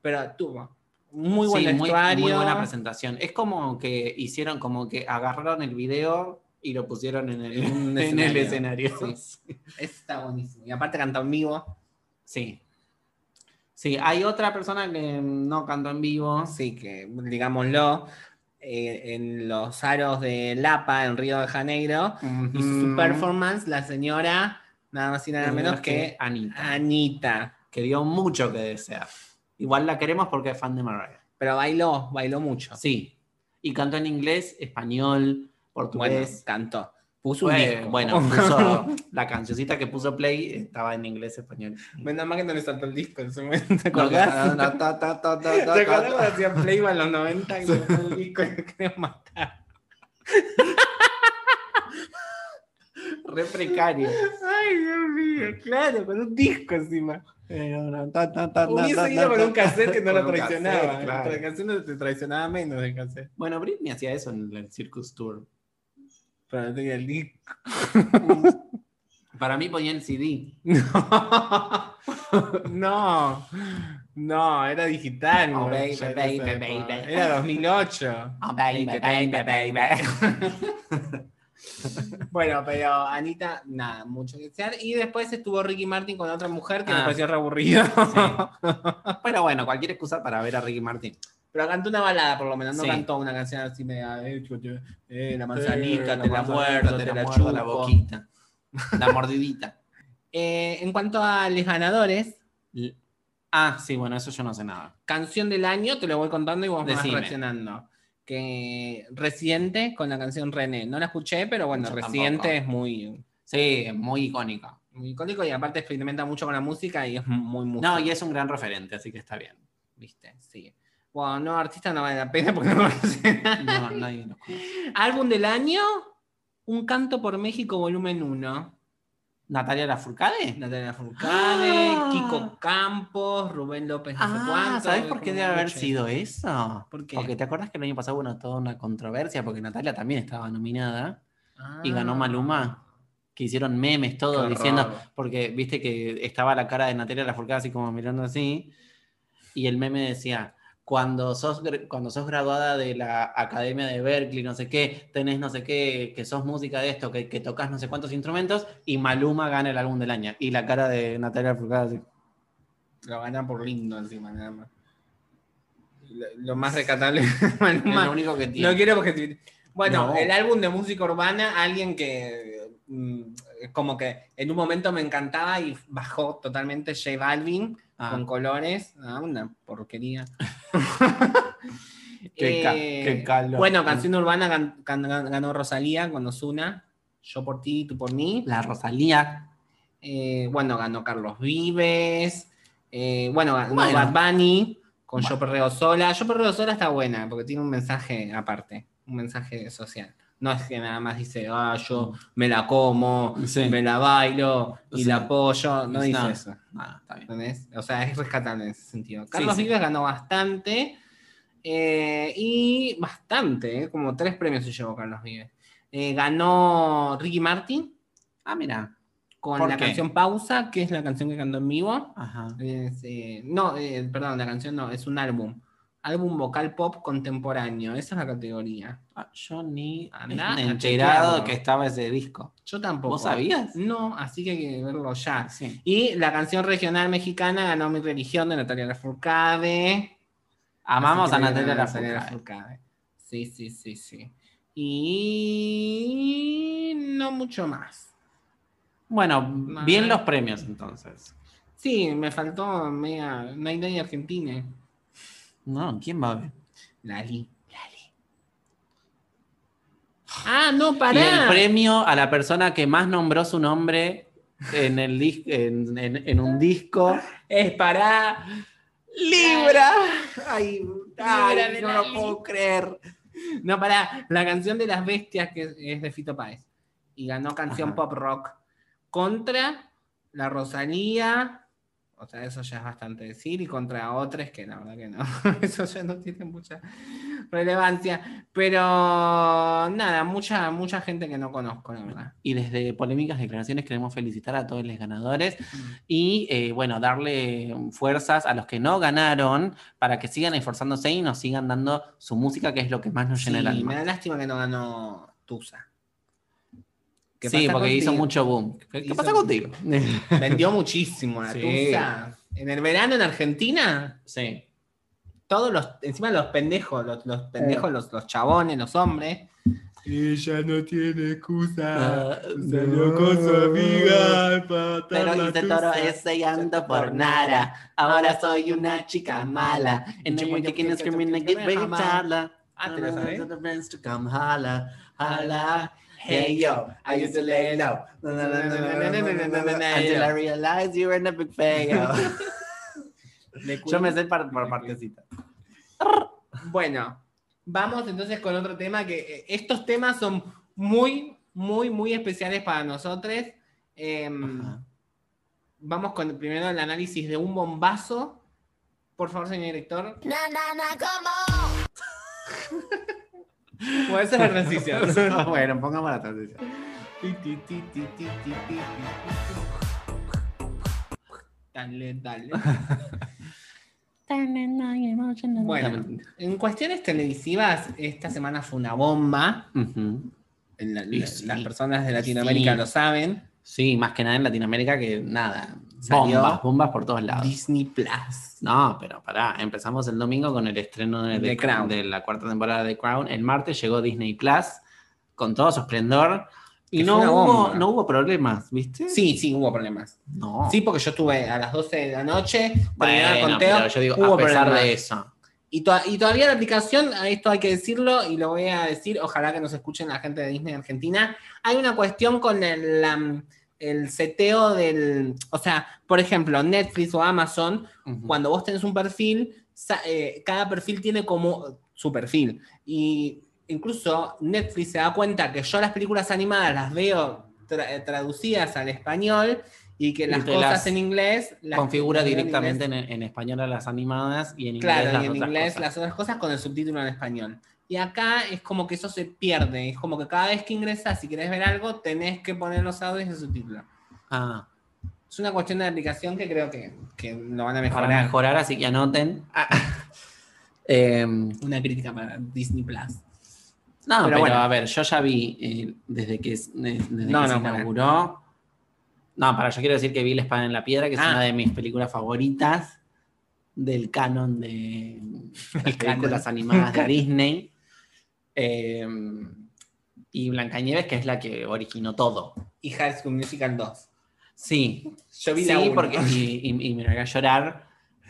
B: pero tuvo muy
A: Sí,
B: buen
A: muy,
B: vestuario.
A: muy buena presentación. Es como que hicieron, como que agarraron el video y lo pusieron
B: *laughs*
A: en el,
B: un
A: en el
B: escenario.
A: escenario.
B: Está buenísimo. Y aparte canta en vivo.
A: Sí. Sí, hay otra persona que no cantó en vivo.
B: Así que, digámoslo, eh, en los aros de Lapa, en Río de Janeiro, y su
A: Ujú.
B: performance, la señora, nada más y nada menos que
A: Anita.
B: Anita.
A: que dio mucho que desear. Igual la queremos porque es fan de Mariah.
B: Pero bailó, bailó mucho.
A: Sí. Y cantó en inglés, español,
B: Bueno,
A: portugués.
B: cantó. Puso un
A: Fue-
B: disco. *laughs*
A: bueno, puso la cancioncita que puso Play estaba en inglés, español.
B: Menos mal que no le saltó el disco en su momento. *laughs* ¿Te
A: No, ta,
B: acordás?
A: ta, ta, ta, ta, ta,
B: ¿Te
A: ta.
B: acordás cuando hacían playba en los 90 y saltó el disco y *laughs* lo querían matar?
A: Re precario.
B: Ay, Dios mío, claro, con un disco encima. Hubiese
A: Hubiese
B: ido con un cassette que no lo traicionaba.
A: claro.
B: El cassette no te traicionaba menos el cassette.
A: Bueno, Britney hacía eso en el Circus Tour.
B: Pero no tenía el disco.
A: Para mí ponía el CD.
B: No. *laughs* No. No, era digital.
A: Oh,
B: ¿no?
A: baby,
B: Ya en
A: baby,
B: esa época.
A: baby.
B: Era 2008.
A: Oh, baby, baby, baby.
B: *laughs* Bueno, pero Anita, nada, mucho que desear. Y después estuvo Ricky Martin con otra mujer que me
A: Ah.
B: pareció re aburrido.
A: Pero bueno, cualquier excusa para ver a Ricky Martin.
B: Pero cantó una balada, por lo menos. No
A: Sí.
B: cantó una canción así media. Eh, chu, chu, eh, la manzanita,
A: Manzanita,
B: te la muerdo, te la,
A: muerdo, la
B: chupo.
A: boquita. La mordidita.
B: Eh, en cuanto a los ganadores,
A: L- Ah, sí, bueno, eso yo no sé nada.
B: canción del año, te lo voy contando y vos vas
A: Decime.
B: reaccionando. Que reciente con la canción René. No la escuché, pero bueno,
A: Yo
B: reciente
A: tampoco.
B: es muy,
A: Sí, es muy icónica.
B: muy icónico y aparte experimenta mucho con la música y es muy música.
A: No, y es un gran referente, así que está bien.
B: ¿Viste? Sí. Bueno, no, artista no vale la pena porque *laughs* no conoce
A: No,
B: nada.
A: nadie lo-
B: Álbum del año, Un Canto por México, volumen 1.
A: ¿Natalia Lafourcade?
B: Natalia Furcade,
A: Ah.
B: Kiko Campos, Rubén López, no sé
A: Ah,
B: cuánto,
A: ¿sabes por qué
B: como
A: debe haber
B: mucho.
A: sido eso?
B: ¿Por qué?
A: Porque te acuerdas que el año pasado hubo toda una controversia porque Natalia también estaba nominada.
B: Ah.
A: y ganó Maluma. que hicieron memes, todo,
B: Qué
A: diciendo,
B: horror.
A: porque viste que estaba la cara de Natalia Lafourcade así como mirando así, y el meme decía, cuando sos, gr- cuando sos graduada de la Academia de Berkeley, no sé qué, tenés no sé qué, que sos música de esto, que, que tocas no sé cuántos instrumentos, y Maluma gana el álbum del año, y la cara de Natalia Lafourcade así.
B: Lo gana por lindo encima, nada más. Lo, lo más rescatable es
A: Es
B: Maluma.
A: lo único que
B: No
A: tiene.
B: quiero objetividad. Bueno,
A: No.
B: el álbum de música urbana, alguien que mm, como que en un momento me encantaba y bajó totalmente J Balvin
A: Ah,
B: con colores. Ah, una porquería.
A: *laughs* qué, ca-
B: Eh,
A: qué calor.
B: Bueno, canción urbana gan- gan- gan- ganó Rosalía con Ozuna. Yo por ti, tú por mí.
A: La Rosalía.
B: Eh, bueno, ganó Carlos Vives. Eh, bueno, ganó
A: Bueno.
B: Bad Bunny con
A: Bueno.
B: Yo Perreo Sola. Yo Perreo Sola está buena porque tiene un mensaje aparte, un mensaje social. No es que nada más dice, ah, yo me la como,
A: Sí.
B: me la bailo y
A: Sí.
B: la apoyo. No
A: Sí.
B: dice eso.
A: Ah, está bien.
B: ¿entendés? O sea, es rescatable en ese sentido. Carlos
A: sí.
B: Vives ganó bastante eh, y bastante, eh, como tres premios se llevó Carlos Vives. Eh, ganó Ricky Martin
A: Ah, mira.
B: con
A: ¿Por
B: la
A: qué?
B: canción Pausa, que es la canción que cantó en vivo.
A: Ajá.
B: Es, eh, no, eh, perdón, la canción no, es un álbum. Álbum vocal pop contemporáneo, esa es la categoría.
A: Ah, yo ni
B: Andá
A: me
B: a
A: he enterado
B: chequearlo.
A: que estaba ese disco.
B: Yo tampoco.
A: ¿Vos sabías? Ah,
B: No, así que hay que verlo ya.
A: Sí.
B: Y la canción regional mexicana ganó Mi Religión de Natalia Lafourcade.
A: Amamos
B: Así
A: a
B: que
A: Natalia
B: ganó
A: Lafourcade.
B: Lafourcade. eh. Sí, sí, sí, sí. Y no mucho más.
A: Bueno, bien
B: Mal.
A: los premios entonces.
B: Sí, me faltó media, no hay nadie argentina.
A: No, ¿quién va a ver?
B: Lali. Lali. Ah, no,
A: Y el
B: pará.
A: premio a la persona que más nombró su nombre en, el dis- en, en- en un disco.
B: Es para
A: ¡Libra!
B: Ay,
A: Libra
B: ay
A: de
B: no
A: Lali.
B: lo puedo creer. No, pará. La canción de las bestias que es- es de Fito Páez. Y ganó canción
A: Ajá.
B: pop rock contra la Rosalía. O sea, eso ya es bastante decir. Y contra otras que la verdad que no. *laughs* Eso ya no tiene mucha relevancia. Pero nada, mucha, mucha gente que no conozco, la verdad.
A: Y desde Polémicas Declaraciones queremos felicitar a todos los ganadores
B: Mm.
A: y, eh, bueno, darle fuerzas a los que no ganaron para que sigan esforzándose y nos sigan dando su música, que es lo que más nos
B: Sí,
A: llena el alma.
B: me da lástima que no ganó Tusa. ¿Qué
A: Sí,
B: pasa
A: porque hizo
B: contigo?
A: mucho boom. ¿Qué, qué
B: Hizo
A: pasa
B: mucho.
A: contigo?
B: Vendió muchísimo la
A: Sí.
B: Tusa. En el verano en Argentina,
A: *laughs* sí.
B: todos los, encima los pendejos, los, los pendejos, los, los chabones, los hombres,
C: Ella no tiene excusa.
A: Ah,
C: Salió con su amiga para atar
A: Pero
C: la
A: hice
C: tusa.
A: toro ese y ando por nada. Ahora soy una chica mala. And I'm taking a screaming like a big tala.
B: Ah, ¿te la sabés?
A: The friends to come holla, holla. Hey yo, I used to lay low. Until I realized you were in a big fail.
B: De
A: *laughs* Yo me
B: Queen.
A: sé par- por partecita.
B: Bueno, vamos entonces con otro tema que eh, estos temas son muy, muy, muy especiales para nosotros. Em,
A: Ajá.
B: vamos con primero el análisis de un bombazo. Por favor, señor director.
E: Na, na, na, ¿cómo?
B: *laughs* Puede
A: *laughs*
B: hacer ejercicios.
A: bueno, pongamos la transición.
B: Dale, dale. Bueno, en cuestiones televisivas, esta semana fue una bomba.
A: Ujú.
B: En la-
A: Y
B: la-
A: sí.
B: Las personas de Latinoamérica
A: Sí.
B: lo saben.
A: Sí, más que nada en Latinoamérica que nada. Salió
B: Bombas,
A: bombas, bombas por todos lados.
B: Disney Plus.
A: No, pero pará, empezamos el domingo con el estreno de,
B: The Crown.
A: de la cuarta temporada de Crown. El martes llegó Disney Plus con todo su esplendor y
B: Que
A: no
B: fue una
A: hubo,
B: bomba.
A: no hubo problemas, ¿viste?
B: Sí, sí, hubo problemas.
A: No.
B: Sí, porque yo estuve a las 12 de la noche, terminaba el
A: bueno,
B: conteo,
A: pero yo digo,
B: hubo
A: a pesar
B: problemas.
A: de eso.
B: Y, to- y todavía la aplicación, a esto hay que decirlo y lo voy a decir, ojalá que nos escuchen la gente de Disney Argentina. Hay una cuestión con el, am, el seteo del. O sea, por ejemplo, Netflix o Amazon, cuando vos tenés un perfil, sa- eh, cada perfil tiene como su perfil. Y incluso Netflix se da cuenta que yo las películas animadas las veo tra- eh, traducidas al español y que
A: Y
B: las
A: te
B: cosas
A: las
B: en inglés las
A: Configura
B: las veo en
A: directamente
B: inglés.
A: en, en español a las animadas y en inglés
B: Claro,
A: las
B: y en
A: otras
B: inglés
A: cosas.
B: las otras cosas con el subtítulo en español. Y acá es como que eso se pierde, es como que cada vez que ingresas, si querés ver algo, tenés que poner los audios y el subtítulo.
A: Ah,
B: Es una cuestión de aplicación que creo que, que lo van
A: para
B: a mejorar.
A: mejorar, así que anoten. *laughs* Em,
B: Una crítica para Disney Plus.
A: No,
B: Pero
A: pero,
B: bueno.
A: a ver, yo ya vi eh, desde que, es- eh, desde
B: No,
A: que
B: no,
A: se
B: para.
A: inauguró. No, para, yo quiero decir que vi La Espada en la Piedra, que es
B: Ah.
A: una de mis películas favoritas del canon
B: *laughs*
A: de las
B: canon.
A: películas animadas
B: *laughs*
A: de Disney. Eh, y Blancanieves, que es la que originó todo.
B: y High School Musical 2.
A: Sí,
B: Yo vi
A: sí,
B: la uno.
A: porque y, y- y me haga llorar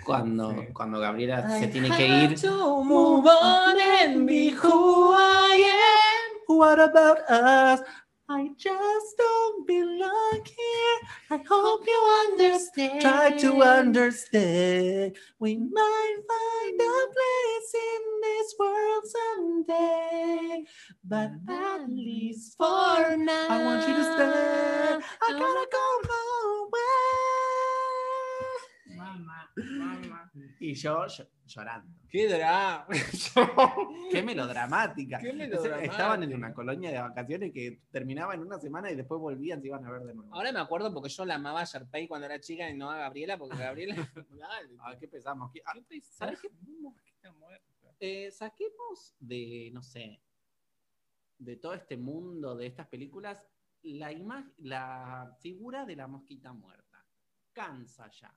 A: cuando,
B: Sí.
A: cuando Gabriela se
B: I
A: tiene que
B: had
A: ir.
B: to move on and be who I am.
A: What about us? I just don't belong here. I hope you understand. Try to understand. We might find a place in this world someday. But at least for now, I want you to stay. I gotta go my way. Y yo ll- llorando.
B: Qué drama.
A: *laughs* Qué melodramática.
B: Qué
A: Ese-
B: melodramática.
A: Estaban en una colonia de vacaciones que terminaba en una semana y después volvían, se iban a ver de nuevo.
B: *laughs* Ahora me acuerdo porque yo la amaba a Sharpay cuando era chica y no a Gabriela, porque Gabriela. *laughs* Dale.
A: Ah, qué pesamos. ¿Qué- ah, ¿sabes qué? Eh, saquemos de, no sé, de todo este mundo, de estas películas, la, ima- la figura de la mosquita muerta. Cansa ya.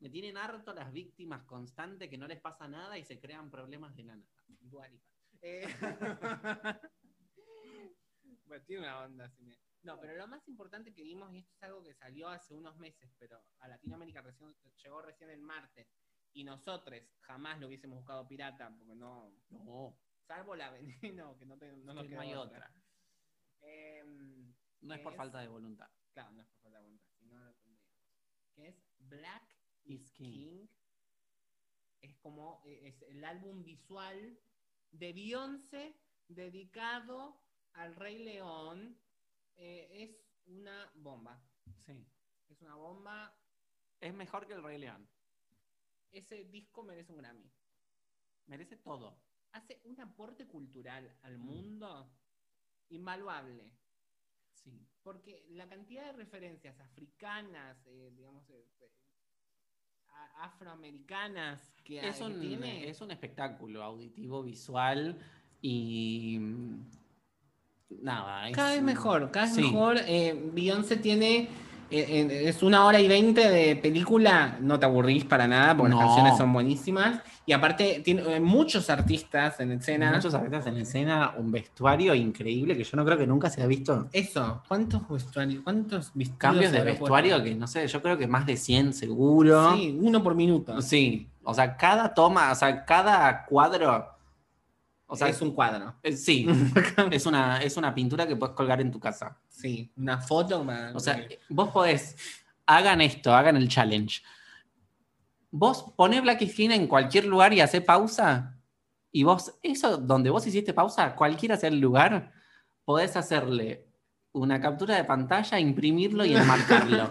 A: Me tienen harto las víctimas constantes que no les pasa nada y se crean problemas de la nada. Igual y-
B: Eh, *laughs* bueno, tiene una onda. así me- No, pero lo más importante que vimos, y esto es algo que salió hace unos meses, pero a Latinoamérica recién, llegó recién el martes, y nosotros jamás lo hubiésemos buscado pirata, porque no. No. Salvo la veneno, que no, te- no nos
A: que
B: queda
A: no hay
B: otra.
A: otra.
B: Em,
A: No es por
B: Es-
A: falta de voluntad.
B: claro, no es por falta de voluntad, si no, no lo tendríamos. Que es Black is
A: Is
B: King.
A: King.
B: Es como eh, es el álbum visual de Beyoncé dedicado al Rey León. Eh, es una bomba.
A: Sí.
B: Es una bomba.
A: Es mejor que el Rey León.
B: Ese disco merece un Grammy.
A: Merece todo.
B: Hace un aporte cultural al
A: Mm.
B: mundo invaluable.
A: Sí.
B: Porque la cantidad de referencias africanas, eh, digamos, eh, eh, a- afroamericanas que,
A: Es
B: que
A: un,
B: tiene,
A: es un espectáculo auditivo, visual y. mm, Nada. es
B: cada vez
A: un-
B: mejor, cada vez
A: Sí.
B: mejor. Eh, Beyoncé tiene eh, eh, es una hora y veinte de película, no te aburrís para nada, porque las
A: No.
B: canciones son buenísimas. Y aparte, tiene eh, muchos artistas en escena.
A: Muchos artistas en escena, un vestuario increíble que yo no creo que nunca se ha visto.
B: Eso, ¿cuántos vestuarios? ¿Cuántos vestidos
A: Cambios de
B: habrá
A: vestuario
B: puesto?
A: que no sé, yo creo que más de 100 seguro.
B: Sí, uno por minuto.
A: Sí, o sea, cada toma, o sea, cada cuadro. O sea,
B: es un cuadro.
A: eh,
B: *laughs*
A: sí, es una, es una pintura que puedes colgar en tu casa.
B: Sí, una foto. más-
A: O sea, vos podés, hagan esto, hagan el challenge. Vos poné Black Skin en cualquier lugar y hacé pausa. Y vos, eso donde vos hiciste pausa, cualquiera sea el lugar, podés hacerle una captura de pantalla, imprimirlo y enmarcarlo.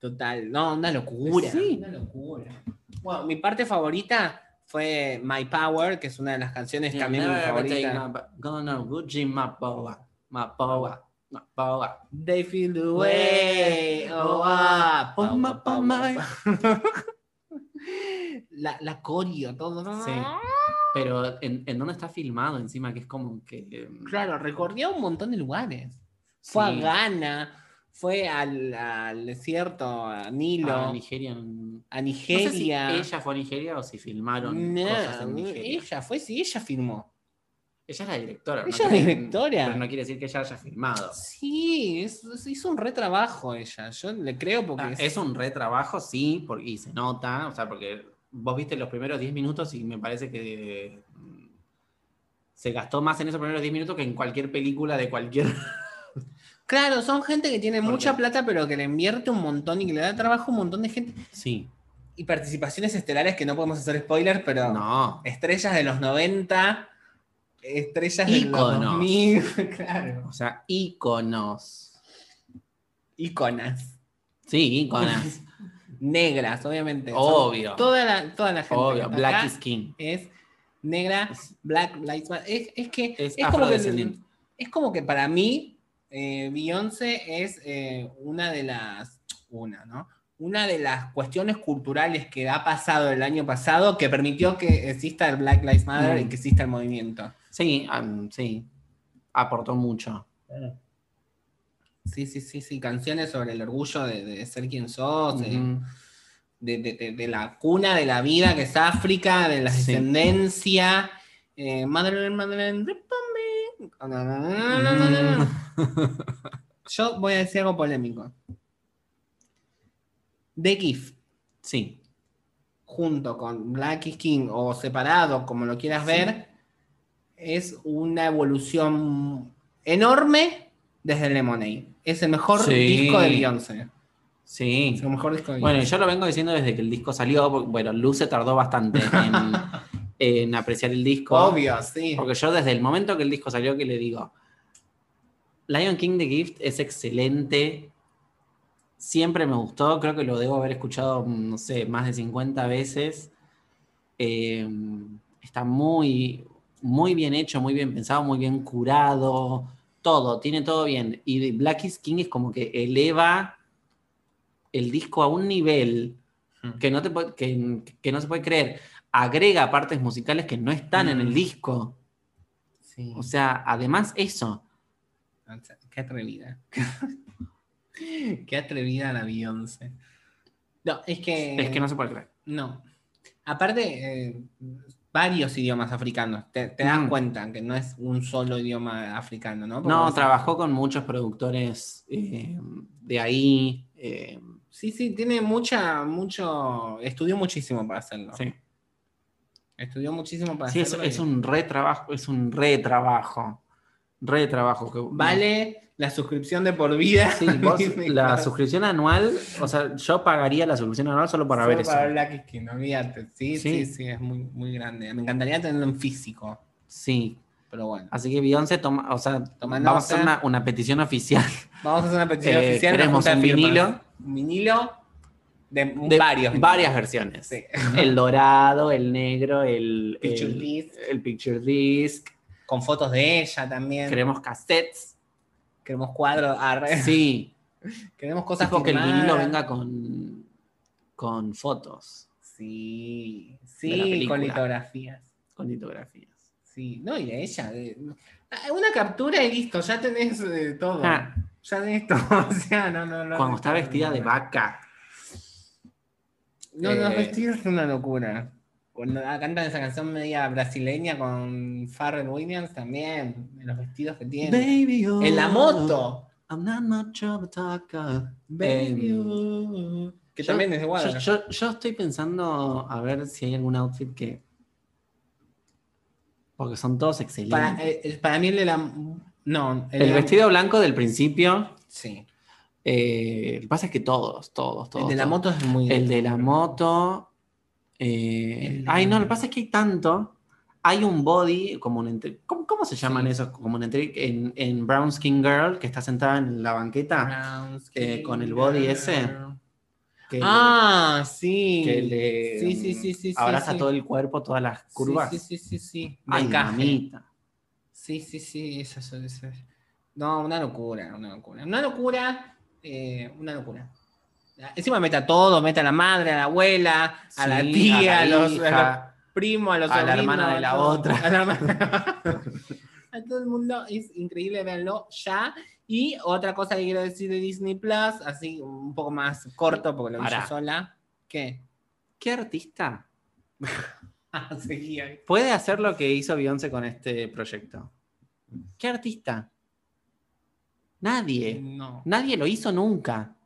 B: Total, no, una locura.
A: Sí.
B: Una locura. Bueno, mi parte favorita fue My Power, que *laughs* es una de las canciones también mi favorita.
A: Gonna Gucci Mapoa, Mapoa, Mapoa.
B: They feel the way. Oh, ah, pa,
A: Oh, my,
B: pa, pa,
A: my.
B: pa. La, la coreo, todo.
A: Sí. Pero ¿en, en dónde está filmado encima? Que es como que... em,
B: Claro, recorrió un montón de lugares. Fue
A: Sí.
B: a Ghana, fue al, al desierto, a Nilo,
A: ah,
B: a,
A: Nigeria, en-
B: Nigeria.
A: No sé si ella fue a Nigeria o si filmaron
B: No,
A: cosas en Nigeria. Ella,
B: ella fue, sí, ella firmó.
A: es la directora.
B: Ella es
A: quiere-
B: directora.
A: Pero no quiere decir que ella haya filmado.
B: Sí, es- es- hizo un retrabajo ella. Yo le creo porque
A: Ah,
B: es,
A: es un retrabajo, sí, porque, y se nota. O sea, porque vos viste los primeros 10 minutos y me parece que mm, se gastó más en esos primeros 10 minutos que en cualquier película de cualquier. *laughs*
B: Claro, son gente que tiene
A: ¿Por
B: mucha
A: qué?
B: plata, pero que le invierte un montón y que le da trabajo a un montón de gente.
A: Sí.
B: Y participaciones estelares que no podemos hacer spoilers, pero
A: No.
B: estrellas de los 90, estrellas de
A: Íconos.
B: los 2000, *laughs* claro.
A: O sea, íconos.
B: Iconas.
A: Sí, íconas.
B: *laughs* Negras, obviamente. Son
A: Obvio.
B: Toda la, toda la gente.
A: Obvio.
B: que está
A: Black
B: acá
A: Skin.
B: es negra, Black Lives Matter. Es, es que
A: Es
B: como que
A: afrodescendiente.
B: es como que para mí eh, Beyoncé es eh, una de las una, ¿no? Una de las cuestiones culturales que ha pasado el año pasado que permitió que exista el Black Lives Matter
A: Mm.
B: y que exista el movimiento.
A: Sí, am, sí. Aportó mucho.
B: Sí, sí, sí, sí, canciones sobre el orgullo de, de ser quien sos, eh, de-
A: Ujú.
B: de, de- de- de la cuna de la vida que es África, de la
A: Sí.
B: descendencia. Eh, Madeleine, Madeleine, repame. Ah, no, no, no, no, no, no, no.
A: Mm.
B: Yo voy a decir algo polémico. The Gift,
A: Sí.
B: junto con Black is King o separado, como lo quieras ver, es una evolución enorme desde Lemonade. Es el mejor
A: Sí.
B: disco de Beyoncé.
A: Sí.
B: Es el mejor disco de
A: Bueno, y
B: Beyoncé.
A: yo lo vengo diciendo desde que el disco salió. porque, Bueno, Luz se tardó bastante en, en apreciar el disco.
B: Obvio, sí.
A: Porque yo desde el momento que el disco salió que le digo, Lion King The Gift es excelente. Siempre me gustó, creo que lo debo haber escuchado, no sé, más de 50 veces. Eh, está muy, muy bien hecho, muy bien pensado, muy bien curado, todo, tiene todo bien. Y de Black is King es como que eleva el disco a un nivel
B: Ujú.
A: que no, te puede- que, que no se puede creer. Agrega partes musicales que no están en el
B: Mm.
A: disco.
B: Sí.
A: O sea, además eso.
B: O sea, Qué atrevida. *laughs* Qué atrevida la Beyoncé. No, es que.
A: es que no se puede creer.
B: no. Aparte, eh, varios idiomas africanos. Te, te das
A: Mm.
B: cuenta que no es un solo idioma africano, ¿no? Porque
A: No,
B: vos-
A: trabajó con muchos productores eh, de ahí. eh,
B: Sí, sí, tiene mucha, mucho. Estudió muchísimo para hacerlo.
A: sí,
B: Estudió muchísimo para
A: Sí, es,
B: hacerlo.
A: es
B: y
A: un retrabajo, es un retrabajo. Retrabajo. Que,
B: Vale la suscripción de por vida.
A: Sí,
B: *laughs*
A: vos, la suscripción anual, o sea, yo pagaría la suscripción anual solo para ver
B: Solo
A: eso.
B: Para Black Skin, olvídate. Sí, sí,
A: Sí.
B: sí, es muy, muy grande. Me encantaría tenerlo en físico,
A: Sí,
B: pero bueno.
A: así que Beyoncé, toma, o sea,
B: Toma
A: vamos a hacer
B: nota.
A: una, una petición oficial.
B: Vamos a hacer una petición
A: Eh,
B: oficial.
A: queremos
B: una junta de
A: un
B: firmas.
A: vinilo.
B: Un vinilo de,
A: de
B: varios.
A: Varias versiones.
B: Sí.
A: El dorado, el negro, el
B: Picture
A: el-
B: disc.
A: el picture disc.
B: Con fotos de ella también.
A: Queremos cassettes.
B: Queremos cuadros. arre.
A: Sí.
B: *laughs* Queremos cosas
A: Tipo que el
B: firmadas.
A: vinilo venga con, con fotos,
B: Sí,
A: De la
B: sí,
A: película.
B: con litografías.
A: con litografías.
B: Sí, no, y de ella. de- Ah, Una captura y listo, ya tenés *laughs* eh, todo.
A: Ah,
B: Ya de esto, o sea, no, no, no.
A: Cuando está vestida de vaca.
B: No, no,
A: eh,
B: vestido es una locura. Cuando ah, cantan esa canción media brasileña con Farrell Williams también, de los vestidos que tiene.
A: Baby, oh,
B: En la moto.
A: I'm not much of a talker.
B: Baby,
A: Em,
B: oh. que
A: yo-
B: también es de
A: yo,
B: Guadalajara.
A: yo- yo estoy pensando a ver si hay algún outfit que. Porque son todos excelentes.
B: Para, eh, eh, para mí el de la... No,
A: el vestido blanco del principio.
B: Sí.
A: eh, lo que pasa es que todos, todos, todos.
B: el de la
A: todos.
B: moto es muy...
A: El de la moto. eh,
B: El de-
A: Ay, no, lo que pasa es que hay tanto. Hay un body, como un entre- ¿Cómo, cómo se llaman
B: Sí.
A: esos? Como un entre- en, en Brown Skin Girl, que está sentada en la
B: Ah.
A: banqueta.
B: Brown
A: eh, con el
B: skin
A: body
B: girl.
A: ese. que-
B: Ah, sí.
A: Eh, que le
B: sí, sí, sí, sí, sí,
A: abraza
B: sí.
A: todo el cuerpo, todas las curvas.
B: Sí, sí, sí, sí. sí. De
A: Ay,
B: encaje.
A: mamita.
B: Sí, sí, sí, eso, eso, eso. No, una locura, una locura. Una locura, eh, una locura. Encima meta a todo, meta a la madre, a la abuela, a la
A: Sí,
B: tía, a,
A: la
B: los, a los
A: hija.
B: primos, a los
A: a la
B: sobrinos,
A: hermana de la
B: a todo-
A: otra.
B: A, la hermana-
A: *laughs*
B: a todo el mundo, es increíble, véanlo ya. Y otra cosa que quiero decir de Disney Plus, así un poco más corto, porque lo vi yo
A: Pará.
B: sola. ¿Qué? *laughs*
A: ¿Qué artista
B: Ah, seguía. ahí.
A: puede hacer lo que hizo Beyoncé con este proyecto? ¿Qué artista? Nadie.
B: No,
A: Nadie lo hizo nunca.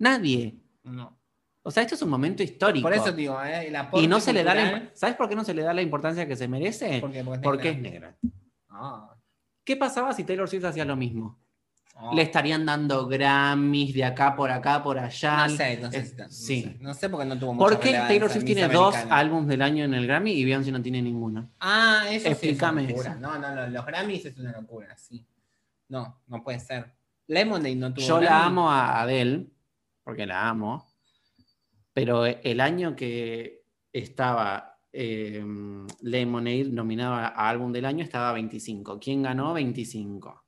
A: Nadie.
B: no.
A: O sea, esto es un momento histórico.
B: Por eso digo, ¿eh? el aporte
A: y no se le da la
B: cultural-
A: imp- ¿Sabes por qué no se le da la importancia que se merece?
B: ¿Por qué? Porque, es
A: Porque es
B: negra.
A: negra.
B: Ah,
A: ¿Qué pasaba si Taylor Swift hacía lo mismo?
B: ah.
A: Le estarían dando Grammys de acá, por acá, por allá.
B: No sé, no sé.
A: Es-
B: si tan- no
A: sí.
B: sé. No sé porque no tuvo mucha
A: ¿Por qué
B: relevancia
A: Taylor Swift
B: Miss
A: tiene dos
B: Americana.
A: álbumes del año en el Grammy y Beyoncé no tiene ninguno?
B: Ah, eso
A: Explícame
B: sí es una
A: eso.
B: locura. No, no, no, los Grammys es una locura, sí. No, no puede ser. Lemonade no tuvo
A: Yo la
B: Grammy.
A: amo a Adele, porque la amo, pero el año que estaba eh, Lemonade nominada a álbum del año estaba 25. ¿Quién ganó? 25.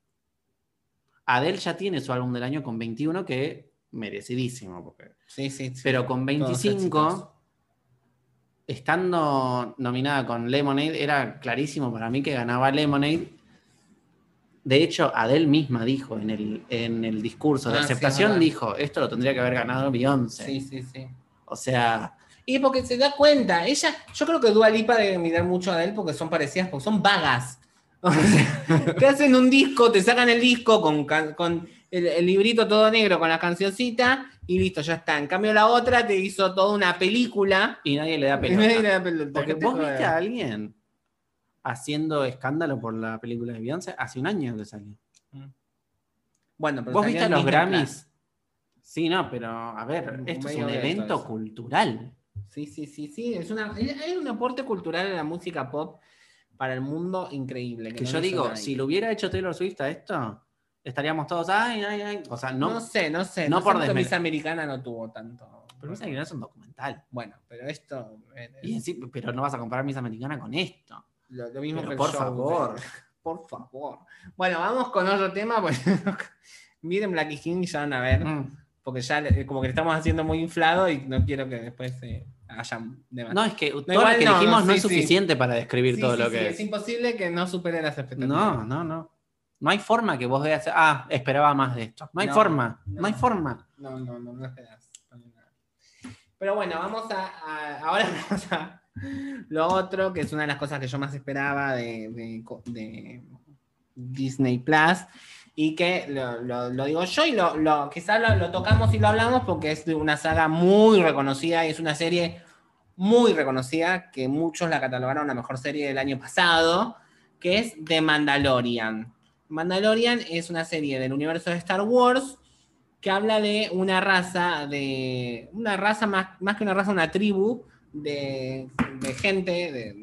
A: Adele ya tiene su álbum del año con 21, que merecidísimo, porque
B: Sí, sí, sí.
A: pero con
B: Todos
A: 25,
B: éxitos.
A: estando nominada con Lemonade, era clarísimo para mí que ganaba Lemonade. De hecho, Adele misma dijo en el, en el discurso de
B: Ah, sí, es
A: aceptación,
B: verdad.
A: dijo, esto lo tendría que haber ganado Beyoncé.
B: Sí, sí, sí.
A: O sea,
B: Y porque se da cuenta, ella, yo creo que Dua Lipa debe mirar mucho a él porque son parecidas, porque son vagas. *laughs* O sea, te hacen un disco, te sacan el disco con, can- con el, el librito todo negro con la cancioncita y listo, ya está. En cambio la otra te hizo toda una película.
A: y nadie
B: *laughs*
A: le da
B: Y
A: pelota.
B: nadie le da pelota,
A: Porque
B: ¿qué te
A: vos
B: jodas?
A: viste a alguien haciendo escándalo por la película de Beyoncé hace un año que salió.
B: Bueno, pero
A: ¿Vos
B: salió
A: viste a
B: en
A: los
B: Disney Plus.
A: Grammys? Sí, no, pero a ver,
B: Un
A: esto es
B: medio
A: un
B: de todo
A: evento
B: eso.
A: cultural.
B: Sí, sí, sí, sí. Es una, hay un aporte cultural en la música pop para el mundo increíble.
A: Que
B: no
A: yo
B: lo hizo
A: digo,
B: nadie.
A: si lo hubiera hecho Taylor Swift a esto, estaríamos todos, ay, ay, ay. O sea,
B: no,
A: no.
B: sé, no sé.
A: no
B: sé
A: por
B: porque
A: desmer-
B: Miss Americana no tuvo tanto.
A: pero Miss Americana es un documental.
B: Bueno, pero esto. eh,
A: Y en sí, pero no vas a comparar Miss Americana con esto.
B: lo, lo mismo
A: Pero
B: que el
A: por
B: show,
A: favor.
B: pero- *laughs* Por favor. Bueno, vamos con otro tema. Pues, *laughs* miren Black King ya van a ver.
A: Mm.
B: Porque ya le- como que le estamos haciendo muy inflado y no quiero que después se hayan
A: *laughs*
B: demasiado.
A: No, es que todo
B: igual
A: lo que
B: no,
A: dijimos
B: no,
A: no, es
B: sí, sí.
A: suficiente para describir
B: Sí,
A: todo
B: sí,
A: lo
B: sí,
A: que
B: es imposible que no supere las
A: es.
B: expectativas.
A: No, no, no. No hay forma que vos veas, ah, esperaba más de esto. No hay
B: No,
A: forma,
B: no.
A: no. hay forma.
B: No, no, no, no esperas. para nada. Pero bueno, vamos a, a- Ahora *laughs* vamos a lo otro, que es una de las cosas que yo más esperaba de, de co- de Disney Plus. Y que lo, lo- lo digo yo y lo, lo, quizá lo, lo tocamos y lo hablamos porque es de una saga muy reconocida y es una serie muy reconocida que muchos la catalogaron la mejor serie del año pasado, que es The Mandalorian. Mandalorian es una serie del universo de Star Wars que habla de una raza, de una raza más, más que una raza, una tribu de, de gente, de,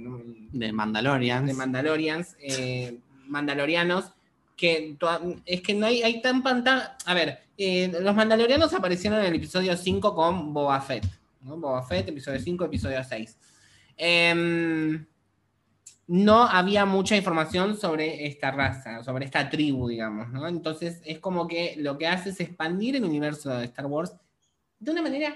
A: De Mandalorian.
B: de Mandalorians, eh, mandalorianos, que toa- es que no hay, hay tan pantalla. A ver, eh, los mandalorianos aparecieron en el episodio 5 con Boba Fett. ¿no? Boba Fett, episodio 5, episodio 6. Em, no había mucha información sobre esta raza, sobre esta tribu, digamos, ¿no? Entonces es como que lo que hace es expandir el universo de Star Wars de
A: *laughs*
B: una manera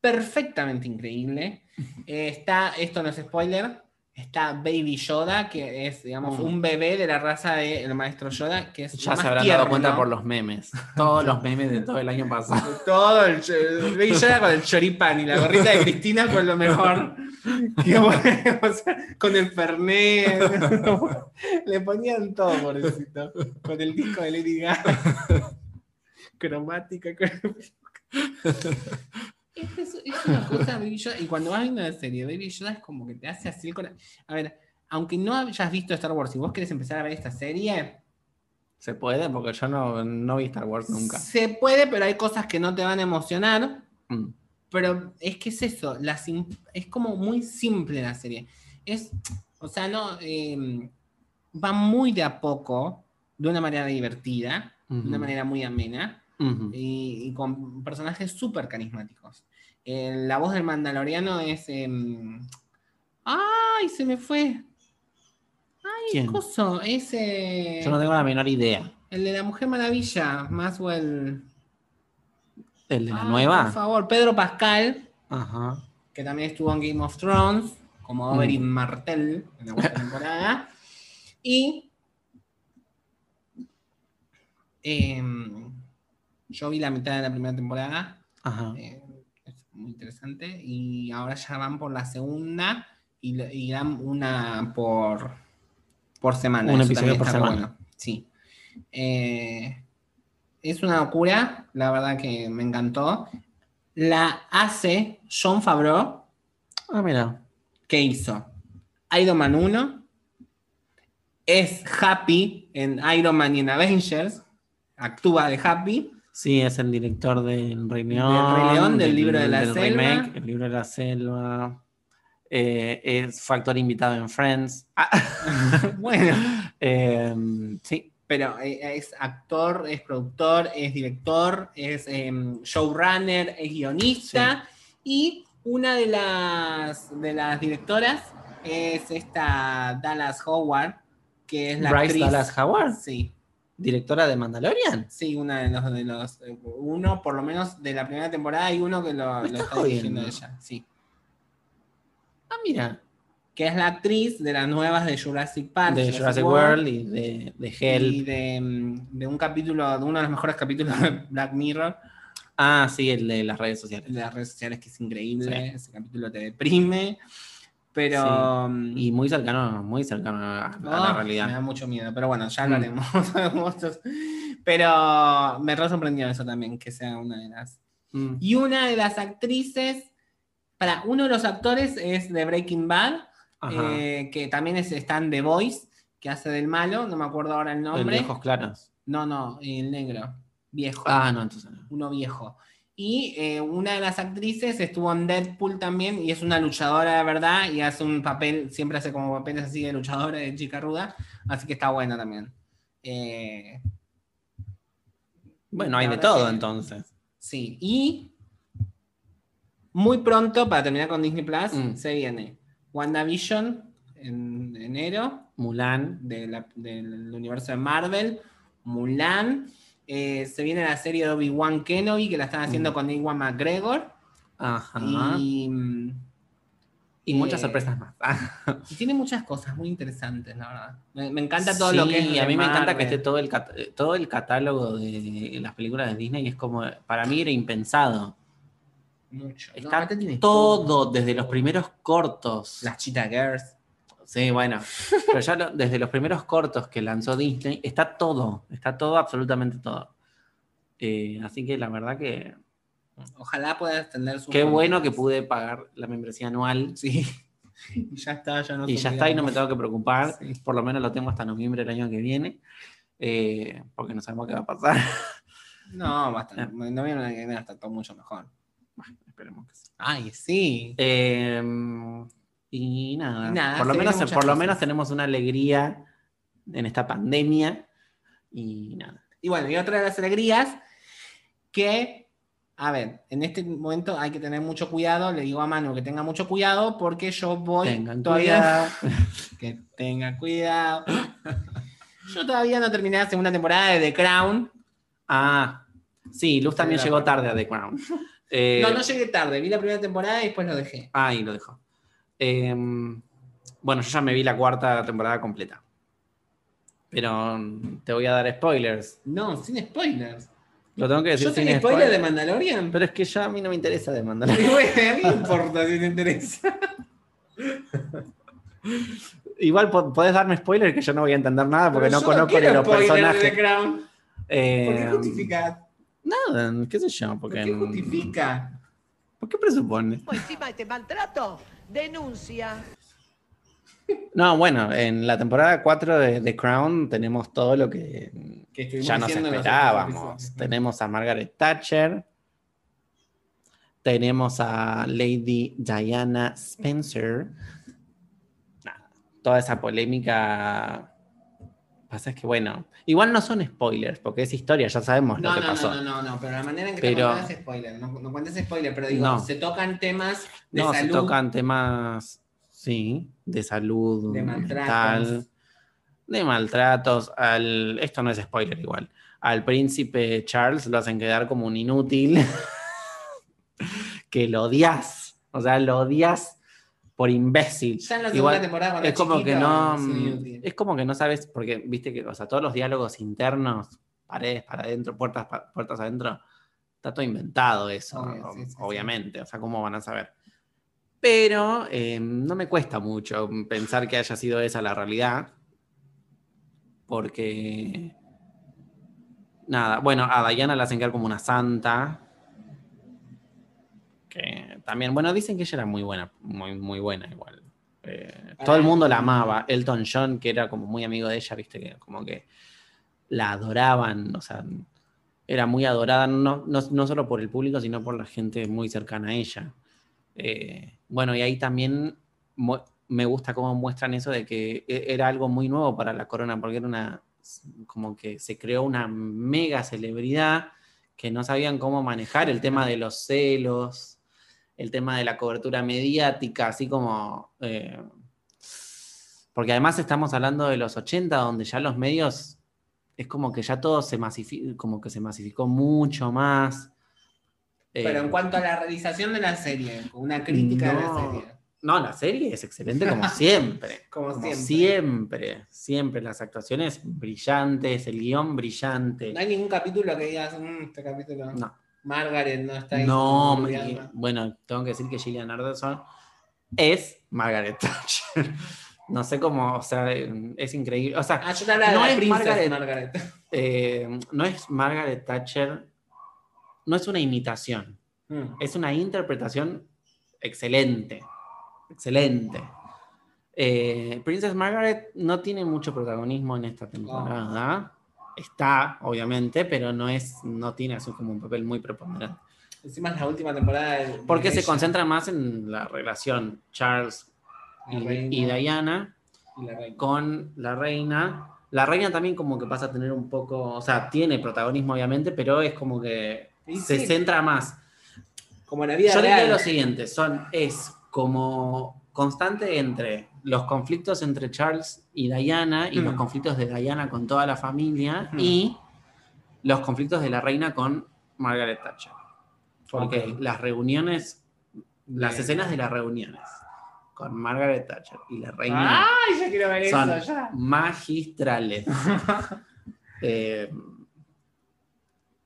B: perfectamente increíble. Eh, está, esto no es spoiler, Está Baby Yoda, que es, digamos,
A: Mm.
B: un bebé de la raza del maestro Yoda, que es el
A: Ya
B: más
A: se habrán
B: tierno.
A: dado cuenta por los memes. Todos los memes de todo el año
B: *laughs*
A: pasado.
B: Todo el, cho- el Baby Yoda con el choripán y la gorrita de Cristina con lo mejor. Que bueno, *laughs* o sea, con el Fernet. *laughs* Le ponían todo, pobrecito. Con el disco de Lady Gaga. *laughs* Cromática. crom- Es, es- es una cosa, Baby Yoda. Y cuando vas viendo la serie, Baby Yoda es como que te hace así con la- A ver, aunque no hayas visto Star Wars, si vos querés empezar a ver esta serie,
A: ¿Se puede? Porque yo no, no vi Star Wars nunca.
B: se puede, pero hay cosas que no te van a emocionar.
A: Mm.
B: Pero es que es eso, la sim- es como muy simple la serie. Es, o sea, no, eh, va muy de a poco, de una manera divertida, de una
A: Ujú.
B: manera muy amena,
A: Ujú.
B: y, y con personajes súper carismáticos. Eh, la voz del mandaloriano es... em, ¡Ay, se me fue! ¡Ay,
A: ¿Quién?
B: coso! Es eh,
A: Yo no tengo la menor idea.
B: el de la Mujer Maravilla, Maswell.
A: ¿El de la
B: Ay, Por
A: nueva?
B: favor, Pedro Pascal.
A: Ajá.
B: que también estuvo en Game of Thrones, como
A: Mm.
B: Oberyn Martell en la cuarta temporada. Y. em, yo vi la mitad de la primera temporada.
A: Ajá.
B: eh, es muy interesante. Y ahora ya van por la segunda y, le- y dan una por, por semana.
A: Un
B: Eso
A: episodio
B: también
A: por
B: está re
A: semana.
B: bueno. Sí. Eh, es una locura, la verdad que me encantó. La hace John Favreau,
A: Ah, mira.
B: que hizo Iron Man 1, es Happy en Iron Man y en Avengers, actúa de Happy. *laughs*
A: Sí, es el director del Rey León.
B: Rey León, del libro de la selva.
A: remake, el libro de la selva. Eh, es factor invitado en Friends. Ah,
B: bueno,
A: eh, sí.
B: pero eh, es actor, es productor, es director, es em, showrunner, es guionista. Y una de las, de las directoras es esta Dallas Howard, que es la
A: Bryce
B: actriz.
A: Dallas Howard,
B: Sí,
A: directora de Mandalorian.
B: sí, una de los, de los. eh, Uno, por lo menos, de la primera temporada y uno que lo,
A: Me
B: lo
A: estás
B: está dirigiendo
A: jodiendo.
B: ella. Sí.
A: Ah, mira.
B: Que es la actriz de las nuevas de Ah, Jurassic Park.
A: De Jurassic World y de, de
B: Y
A: Help.
B: de, mm, de un capítulo, de uno de los mejores capítulos de Black Mirror,
A: Ah, sí, el de las redes
B: de
A: sociales.
B: las redes sociales, que es increíble, ese capítulo te deprime, pero... mm,
A: Y muy cercano, muy cercano a, a la
B: oh, Me
A: realidad.
B: da mucho miedo, pero bueno, ya lo
A: Mm.
B: *laughs* haremos. Nosotros- pero me re sorprendió eso también, que sea una de las...
A: Mm.
B: Y una de las actrices, para uno de los actores es de Breaking Bad,
A: Ajá.
B: eh, que también es, está en The Voice, que hace del malo, no me acuerdo ahora el
A: El
B: nombre.
A: de ojos claros.
B: No, no, el negro, viejo.
A: Ah, no, entonces no.
B: uno viejo. Y eh, una de las actrices estuvo en Deadpool también y es una luchadora de verdad y hace un papel, siempre hace como papeles así de luchadora, de chica ruda, así que está buena también. Eh,
A: Bueno, hay
B: la
A: de
B: verdad
A: todo
B: que-
A: entonces.
B: Sí, y muy pronto, para terminar con Disney Plus,
A: Mm.
B: se viene WandaVision en enero,
A: Mulan.
B: de la- del universo de Marvel, Mulan. eh, se viene la serie de Obi-Wan Kenobi, que la están haciendo
A: Mm.
B: con Iwan McGregor.
A: Ajá. Y,
B: Y, mm,
A: muchas
B: eh,
A: sorpresas más. *laughs* Ah,
B: y tiene muchas cosas muy interesantes, la verdad. Me, me encanta todo
A: sí,
B: lo que es.
A: y
B: de
A: a mí me encanta que
B: Marvel.
A: esté todo el, cat- eh, todo el catálogo de las películas de Disney. Es como, para mí era impensado.
B: Mucho. No,
A: Está
B: aparte tiene
A: todo, desde los primeros cortos.
B: Las Cheetah Girls.
A: Sí, *laughs* bueno. Pero ya lo- desde los primeros cortos que lanzó Disney, está todo. Está todo, absolutamente todo. Eh, así que la verdad que.
B: Ojalá pueda extender su.
A: Qué bueno que pude pagar la membresía anual. *laughs*
B: Sí. Y ya está, ya no
A: Y ya está, y no me tengo que preocupar.
B: Sí.
A: Por lo menos lo tengo hasta noviembre del año que viene. eh, porque no sabemos qué va a pasar.
B: No,
A: Ah.
B: bastante. No viene una que está todo mucho mejor.
A: Esperemos que sí.
B: Ay, sí.
A: Eh, y nada.
B: Y nada,
A: por lo,
B: se vienen
A: menos,
B: muchas
A: por lo
B: cosas.
A: menos tenemos una alegría en esta pandemia. Y nada.
B: Y bueno, y otra de las alegrías que, a ver, en este momento hay que tener mucho cuidado. Le digo a Manu que tenga mucho cuidado porque yo voy
A: Tengan
B: todavía.
A: cuidado.
B: *laughs* Que tenga cuidado. Yo todavía no terminé la segunda temporada de The Crown.
A: Ah, sí, Luz también
B: Sí,
A: llegó
B: la-
A: tarde a The Crown.
B: *laughs*
A: Eh,
B: No, no llegué tarde. Vi la primera temporada y después lo dejé.
A: Ah, y lo dejó. Eh, Bueno, yo ya me vi la cuarta temporada completa. Pero mm, te voy a dar spoilers.
B: No, sin spoilers.
A: Lo tengo que decir
B: Yo
A: sin
B: tengo spoiler de
A: spoilers.
B: Mandalorian.
A: Pero es que ya a mí no me interesa de Mandalorian.
B: *laughs* Y bueno, a mí no importa si te interesa.
A: *laughs* Igual po- podés darme spoiler que yo no voy a entender nada Ah, porque no
B: Pero yo
A: conozco ni
B: quiero
A: los
B: spoilers de
A: personajes.
B: The Crown. ¿Por qué
A: Eh,
B: justificas?
A: Nada, qué sé yo.
B: ¿Por
A: Porque,
B: qué justifica?
A: ¿Por qué presupones?
D: Como encima de este maltrato, denuncia.
A: No, bueno, en la temporada 4 de The Crown tenemos todo lo que
B: Que estuvimos
A: ya nos
B: diciendo en los otros
A: esperábamos.
B: episodios.
A: Tenemos a Margaret Thatcher, tenemos a Lady Diana Spencer. Nada, toda esa polémica. Pasa es que, bueno, igual no son spoilers, porque es historia, ya sabemos
B: No,
A: lo que
B: no,
A: pasó.
B: no, no, no, no, pero la manera en que
A: Pero-
B: te contás es spoiler, no, no cuentes spoiler, pero digo,
A: No.
B: se tocan temas de
A: No,
B: salud.
A: se tocan temas, sí, de salud,
B: De maltratos.
A: mental, de maltratos. Al, esto no es spoiler igual. Al príncipe Charles lo hacen quedar como un inútil, *laughs* que lo odias, o sea, lo odias por imbécil.
B: Ya en la segunda
A: Igual,
B: temporada cuando
A: es como
B: chiquito,
A: que no, mm,
B: es inútil.
A: es como que no sabes, porque viste que, o sea, todos los diálogos internos, paredes para adentro, puertas, pa- puertas adentro, está todo inventado eso,
B: Obvio, sí, sí, sí.
A: obviamente, o sea, ¿cómo van a saber? Pero eh, no me cuesta mucho pensar que haya sido esa la realidad, porque... Nada, bueno, a Diana la hacen quedar como una santa. Que también, bueno, dicen que ella era muy buena, muy, muy buena igual. Eh, todo el mundo la amaba. Elton John, que era como muy amigo de ella, viste, que como que la adoraban, o sea, era muy adorada, no, no, no solo por el público, sino por la gente muy cercana a ella. Eh, bueno, y ahí también mu- me gusta cómo muestran eso de que e- era algo muy nuevo para la corona, porque era una, como que se creó una mega celebridad que no sabían cómo manejar el tema de los celos, el tema de la cobertura mediática, así como... eh, porque además estamos hablando de los 80, donde ya los medios es como que ya todo se masificó, como que se masificó mucho más.
B: Pero en
A: Eh,
B: cuanto a la realización de la serie, una crítica de la
A: No.
B: serie,
A: No, la serie es excelente
B: *laughs*
A: como siempre.
B: como,
A: Como
B: siempre.
A: siempre. siempre, las actuaciones brillantes, el guión brillante.
B: No hay ningún capítulo que digas, "Mm, este capítulo,
A: No.
B: Margaret no está ahí.
A: No, me-
B: Juliana".
A: bueno, tengo que decir que Gillian Anderson es Margaret Thatcher. *laughs* No sé cómo, o sea, es increíble. O sea,
B: Ah, yo te hablaba de
A: No
B: la
A: es
B: princesa
A: Margaret.
B: Margaret. *laughs*
A: eh, no es Margaret Thatcher, no es una imitación,
B: Mm.
A: es una interpretación excelente, excelente. Eh, Princess Margaret no tiene mucho protagonismo en esta temporada. Está, obviamente, pero no es, no tiene así como un papel muy preponderante.
B: Encima es la última temporada. de-
A: Porque
B: de
A: se
B: ella,
A: concentra más en la relación Charles
B: la
A: y,
B: reina
A: y Diana
B: y la reina.
A: con la reina. La reina también como que pasa a tener un poco, o sea, tiene protagonismo obviamente, pero es como que
B: Y
A: se
B: sí.
A: centra más.
B: Como la vida
A: Yo diría
B: real.
A: lo siguiente, son, es como constante entre los conflictos entre Charles y Diana y
B: Mm.
A: los conflictos de Diana con toda la familia
B: Mm.
A: y los conflictos de la reina con Margaret Thatcher. Porque
B: Ok.
A: las reuniones, las
B: Bien.
A: escenas de las reuniones con Margaret Thatcher y la reina
B: Ay, yo quiero ver
A: son
B: eso ya. *laughs*
A: magistrales. Eh,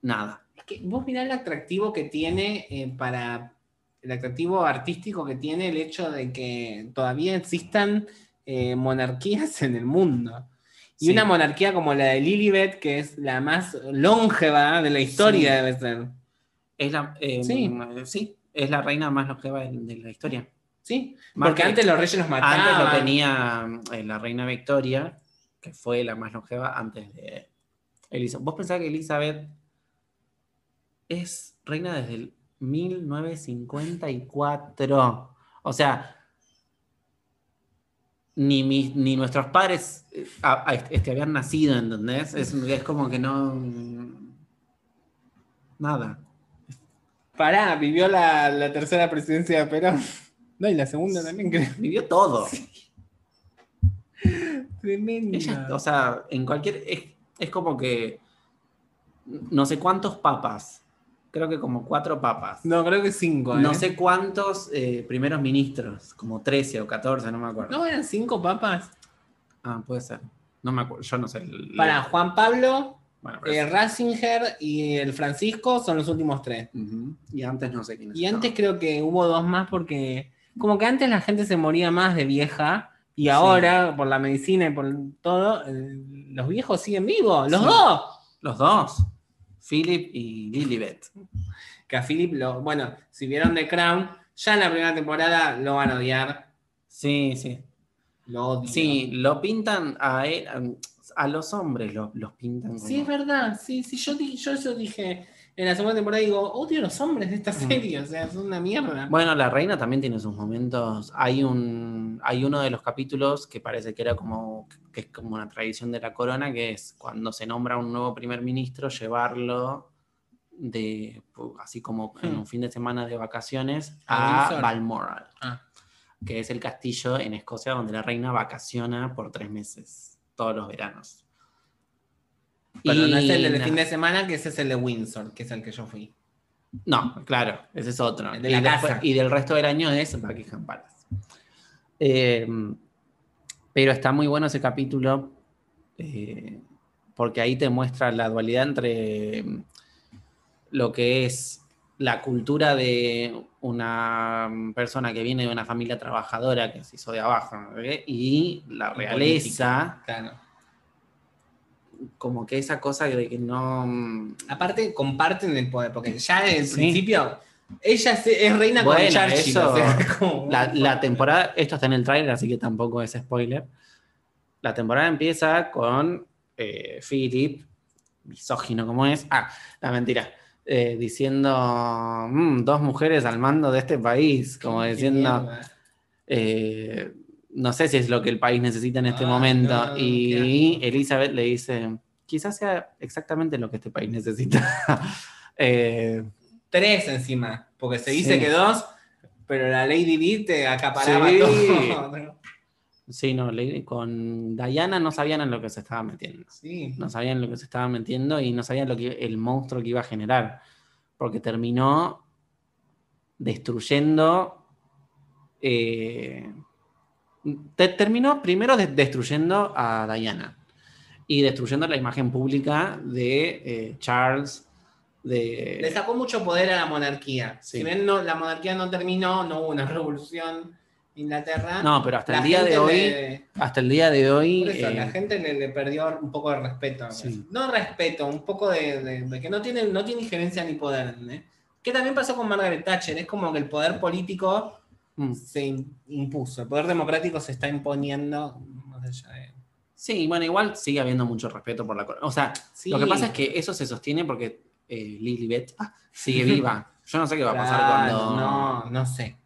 A: nada.
B: Es que vos mirá el atractivo que tiene eh, para el atractivo artístico que tiene el hecho de que todavía existan eh, monarquías en el mundo. Y
A: Sí.
B: una monarquía como la de Lilibet, que es la más longeva de la historia,
A: Sí.
B: debe ser.
A: Es la, eh,
B: Sí.
A: sí, es la reina más longeva de, de la historia.
B: ¿Sí?
A: Más
B: Porque
A: que-
B: antes los reyes los mataban.
A: Antes lo tenía eh, la reina Victoria, que fue la más longeva antes de Elizabeth. ¿Vos pensás que Elizabeth es reina desde el 1954? O sea, ni, mis- ni nuestros padres eh, a- a- este, habían nacido, ¿entendés? Es, es como que no... Nada.
B: Pará, vivió la, la tercera presidencia de Perón. No, y la segunda también, creo.
A: Vivió todo.
B: Tremenda.
A: Ella, o sea, en cualquier. Es, es como que. No sé cuántos papas
B: creo que como cuatro papas.
A: No, creo que cinco.
B: ¿eh?
A: No sé cuántos eh, primeros ministros, como 13 o 14, no me acuerdo.
B: ¿No eran cinco papas?
A: Ah, puede ser. No me acuerdo, yo no sé. el-
B: Para Juan Pablo,
A: Bueno, pero
B: eh,
A: sí.
B: Ratzinger y el Francisco son los últimos tres.
A: Ujú. Y antes no sé quién
B: Y antes creo que hubo dos más porque como que antes la gente se moría más de vieja y ahora por la medicina y por todo, eh, los viejos siguen vivos, los
A: Sí.
B: dos.
A: Los dos. Philip y Lilibet.
B: Que a Philip, lo, bueno, si vieron The Crown, ya en la primera temporada lo van a odiar,
A: Sí, sí.
B: lo odio.
A: Sí, lo pintan a él- a los hombres lo- los pintan. como-
B: Sí, es verdad, sí, sí, yo, di- yo eso dije en la segunda temporada, digo, odio a los hombres de esta serie, o sea, es una mierda.
A: Mm. Bueno, la reina también tiene sus momentos. Hay un, hay uno de los capítulos que parece que era como que es como una tradición de la corona, que es cuando se nombra un nuevo primer ministro llevarlo de pu- así como en
B: Hmm.
A: un fin de semana de vacaciones
B: A
A: a
B: Windsor.
A: Balmoral,
B: Ah.
A: que es el castillo en Escocia donde la reina vacaciona por tres meses todos los veranos.
B: Pero no es
A: Y
B: el del
A: nada.
B: fin de semana, que ese es el de Windsor, que es el que yo fui.
A: No, claro, ese es otro.
B: El de
A: y,
B: la
A: después-
B: casa.
A: y del resto del año es Buckingham Palace. Eh, pero está muy bueno ese capítulo eh, porque ahí te muestra la dualidad entre mm, lo que es la cultura de una mm, persona que viene de una familia trabajadora que se hizo de abajo ¿no? ¿Eh? y la realeza,
B: Claro.
A: como que esa cosa de que no... mm,
B: Aparte, comparten el poder, porque ya en el
A: Sí.
B: principio, ella se- es reina con
A: Bueno,
B: Churchill.
A: eso-
B: o sea, *laughs* como-
A: La, la temporada, esto está en el tráiler, así que tampoco es spoiler. La temporada empieza con eh, Philip, misógino como es, ah, la mentira, eh, diciendo "Mm, dos mujeres al mando de este país, como
B: Qué
A: diciendo,
B: mierda.
A: eh, no sé si es lo que el país necesita en este
B: Ah,
A: momento.
B: no,
A: y Elizabeth le dice, quizás sea exactamente lo que este país necesita. *laughs* Eh,
B: Tres encima, porque se dice
A: Sí.
B: que dos, pero la Lady Di te acaparaba
A: Sí.
B: todo.
A: sí, no, le- con Diana no sabían en lo que se estaba metiendo.
B: Sí.
A: no sabían lo que se estaba metiendo y no sabían lo que, el monstruo que iba a generar. Porque terminó destruyendo. eh, te- terminó primero de- destruyendo a Diana y destruyendo la imagen pública de eh, Charles. De,
B: Le sacó mucho poder a la monarquía.
A: Sí.
B: Si ven, no, la monarquía no terminó, no hubo una *laughs* revolución en Inglaterra.
A: no, pero hasta
B: La
A: el día de
B: gente
A: hoy.
B: le-
A: Hasta el día de hoy.
B: Por eso,
A: eh,
B: la gente le, le perdió un poco de respeto. a veces.
A: Sí.
B: No respeto, un poco de, de- de que no tiene, no tiene injerencia ni poder. ¿eh? Que también pasó con Margaret Thatcher. Es como que el poder político
A: mm.
B: se im- impuso. El poder democrático se está imponiendo. más allá de-
A: Sí, bueno, igual sigue habiendo mucho respeto por la corona. O sea,
B: Sí.
A: Lo que pasa es que eso se sostiene porque eh, Lilibet ah, sigue
B: *laughs*
A: viva. Yo no sé qué va a pasar
B: Claro,
A: cuando.
B: No, no sé.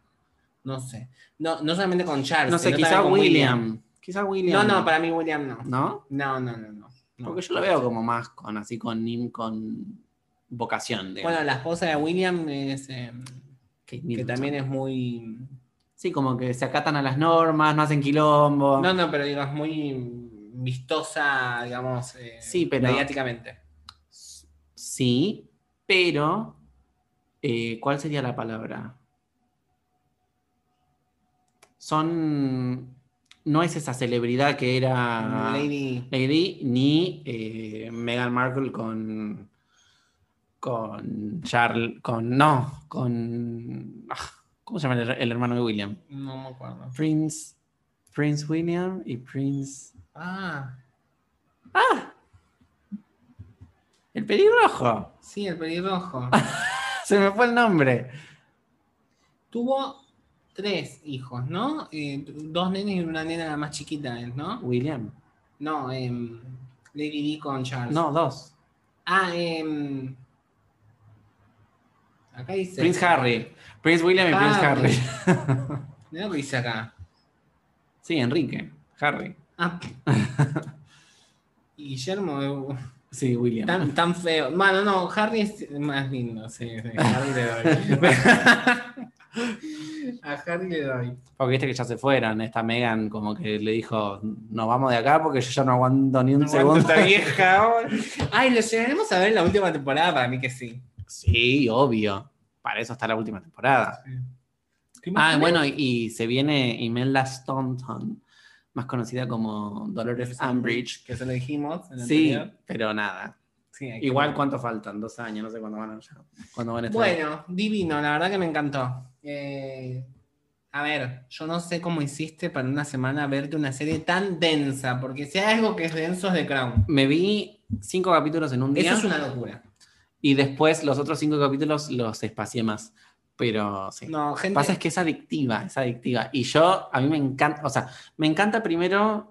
B: No sé. No, no solamente con Charles.
A: No sé,
B: sino
A: quizá
B: también con
A: William. Quizá William.
B: No, no, para mí William no.
A: ¿No?
B: No, no, no, no. No.
A: Porque yo lo veo como más con así con nim- con vocación de
B: Bueno, la esposa de William es, eh, que también es muy
A: Sí, como que se acatan a las normas, no hacen quilombo.
B: No, no, pero digo, es muy vistosa, digamos, eh,
A: Sí, pero-
B: mediáticamente.
A: Sí, pero eh, ¿cuál sería la palabra? Son. No es esa celebridad que era.
B: Lady.
A: Lady ni eh, Meghan Markle con con Charles con no con ah, cómo se llama el, el hermano de William
B: No me acuerdo.
A: Prince Prince William y Prince
B: Ah,
A: el pelirrojo
B: sí,
A: *laughs*
B: el pelirrojo.
A: se me fue el nombre
B: Tuvo tres hijos, ¿no? Eh, dos nenes y una nena la más chiquita, él, ¿no?
A: William
B: No, em, Lady Di con Charles.
A: no dos
B: Ah, em, acá dice.
A: Prince Harry Prince William y
B: Harry.
A: Prince Harry
B: Mirá lo que dice acá.
A: *laughs* sí Enrique Harry *laughs*
B: Ah. Y Guillermo. eh,
A: sí William
B: Tan, tan feo. Bueno, no, Harry es más lindo, sí, sí, Harry
A: *laughs*
B: le doy. A Harry le doy.
A: porque viste que ya se fueron esta Meghan como que le dijo nos vamos de acá porque yo ya no aguanto ni un segundo *laughs*
B: vieja. Ay, lo llegaremos a ver en la última temporada, para mí que sí.
A: Sí, obvio. Para eso está la última temporada. Ah, bueno, y, y se viene Imelda Staunton, más conocida como Dolores Umbridge.
B: Que se lo dijimos. En el
A: Sí,
B: anterior.
A: pero nada.
B: Sí, hay que
A: Igual
B: ver.
A: cuánto faltan, dos años, no sé cuándo van a, cuándo van a estar.
B: Bueno, divino, la verdad que me encantó. Eh, a ver, yo no sé cómo hiciste para una semana verte una serie tan densa, porque si hay algo que es denso es The Crown.
A: Me vi cinco capítulos en un día.
B: Eso es una locura.
A: Y después los otros cinco capítulos los espacié más. Pero sí. Lo
B: No,
A: que
B: gente.
A: pasa es que es adictiva, es adictiva. Y yo, a mí me encanta, o sea, me encanta primero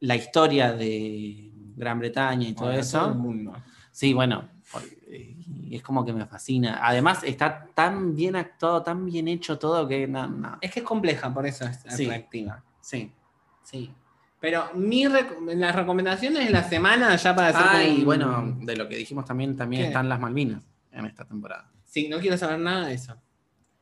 A: la historia de Gran Bretaña y todo
B: Bueno,
A: eso.
B: el mundo.
A: Sí, bueno, por- eh, y es como que me fascina. Además, está tan bien actuado, tan bien hecho todo que no, no.
B: Es que es compleja, por eso es
A: Sí.
B: atractiva.
A: Sí.
B: Sí. Pero mi rec- las recomendaciones de la semana ya para hacer.
A: Ah,
B: como
A: y
B: un-
A: bueno, de lo que dijimos también, también
B: ¿Qué?
A: están las Malvinas en esta temporada.
B: Sí, no quiero saber nada de eso.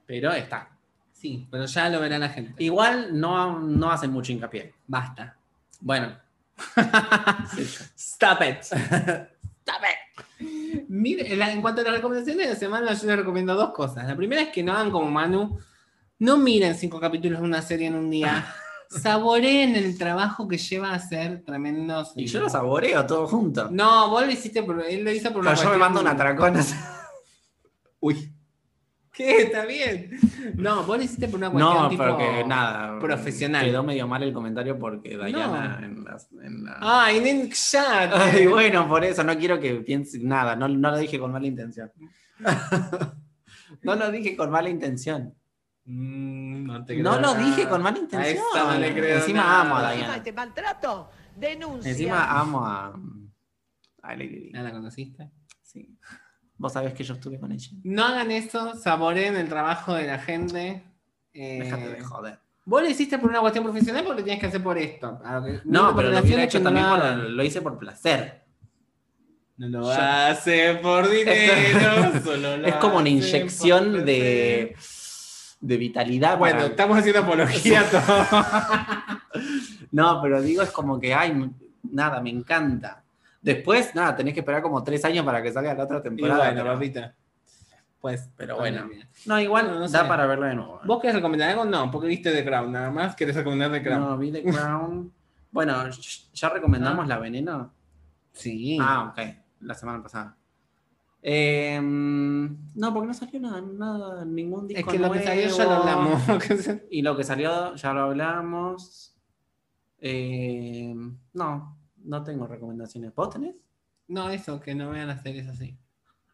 A: Pero está.
B: Sí, pero ya lo verá la gente.
A: Igual no, no hacen mucho hincapié.
B: Basta.
A: Bueno, *laughs*
B: Stop it. Stop it. Mire, la- en cuanto a las recomendaciones de la semana, yo les recomiendo dos cosas. La primera es que no hagan como Manu, no miren cinco capítulos de una serie en un
A: *laughs*
B: día. Saboreen el trabajo que lleva a hacer tremendos.
A: y yo lo saboreo todo junto.
B: No, vos lo hiciste, por- él lo hizo por una
A: Pero yo me
B: cuestión-
A: mando una tracona. Uy.
B: ¿Qué? Está bien. No, vos lo hiciste por una cuestión
A: *laughs* No,
B: tipo...
A: porque nada.
B: profesional.
A: Quedó medio mal el comentario porque Dayana
B: No.
A: en las- en la...
B: Ah, en el
A: *laughs*
B: chat.
A: Ay, bueno, por eso no quiero que piense nada, no, no lo dije con mala
B: *laughs*
A: intención. No lo dije con mala intención.
B: Mm, no te
A: No
B: creo
A: lo
B: nada.
A: dije con mala
B: A
A: intención.
B: esta no le creo
A: Encima
B: nada.
A: amo a
D: Encima de
A: Diana.
D: este maltrato, denuncia.
A: Encima amo a, a Lady Di.
B: ¿Ah, ¿La conociste?
A: Sí. Vos sabés que yo estuve con ella.
B: No hagan eso, saboreen el trabajo de la gente. Eh,
A: Déjate de joder.
B: vos lo hiciste por una cuestión profesional porque lo tenías que hacer por esto. A lo que-
A: No,
B: por
A: pero lo
B: relación
A: hubiera
B: de
A: hecho
B: que
A: también
B: no
A: por,
B: hagan.
A: lo hice por placer.
B: No lo
A: Yo-
B: hace *laughs* por dinero, solo lo
A: Es como una
B: hace
A: inyección
B: por
A: de, de vitalidad.
B: placer. Ah, Bueno,
A: para-
B: estamos haciendo apología a
A: *laughs*
B: todo. *laughs*
A: No, pero digo, es como que, ay, m- nada, me encanta. Después, nada, tenés que esperar como tres años para que salga la otra
B: Y
A: temporada.
B: bueno,
A: pero-
B: papita. Pues,
A: Pero bueno.
B: mira.
A: No, igual
B: No, no
A: da
B: sé.
A: para verla de nuevo. ¿eh?
B: ¿Vos querés recomendar algo? No, porque viste The Crown, nada más querés recomendar The Crown.
A: No, vi The Crown. bueno, sh- ¿ya recomendamos La Veneno?
B: Ah. Sí.
A: Ah, ok, la semana pasada. Em, no, porque no salió nada, nada ningún
B: es
A: disco
B: que lo que salió ya lo
A: nuevo.
B: hablamos. *laughs*
A: Y lo que salió, ya lo hablamos. Eh, no, no tengo recomendaciones. ¿Vos tenés?
B: no, eso, que no vean las series así.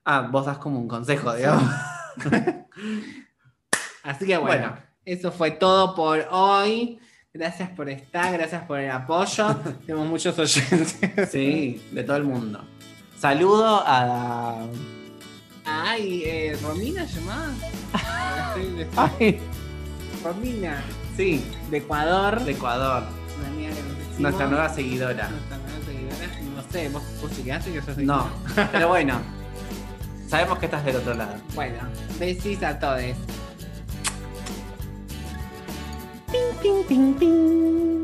A: Ah, vos das como un consejo, digamos.
B: Así que bueno,
A: Bueno.
B: eso fue todo por hoy. Gracias por estar, gracias por
A: *laughs*
B: el apoyo. Tenemos muchos oyentes.
A: Sí, de todo el mundo. Saludo a...
B: Ay, eh, Romina llamada.
A: Ah. Ay,
B: Romina,
A: sí,
B: de Ecuador.
A: de Ecuador,
B: Una amiga que nos hicimos.
A: nuestra nueva seguidora.
B: Nuestra nueva seguidora. No sé, ¿vos, vos chequeaste que sos
A: No,
B: seguidora?
A: pero bueno, sabemos que estás del otro lado.
B: Bueno, besis a todos.
A: Ping, ping, ping.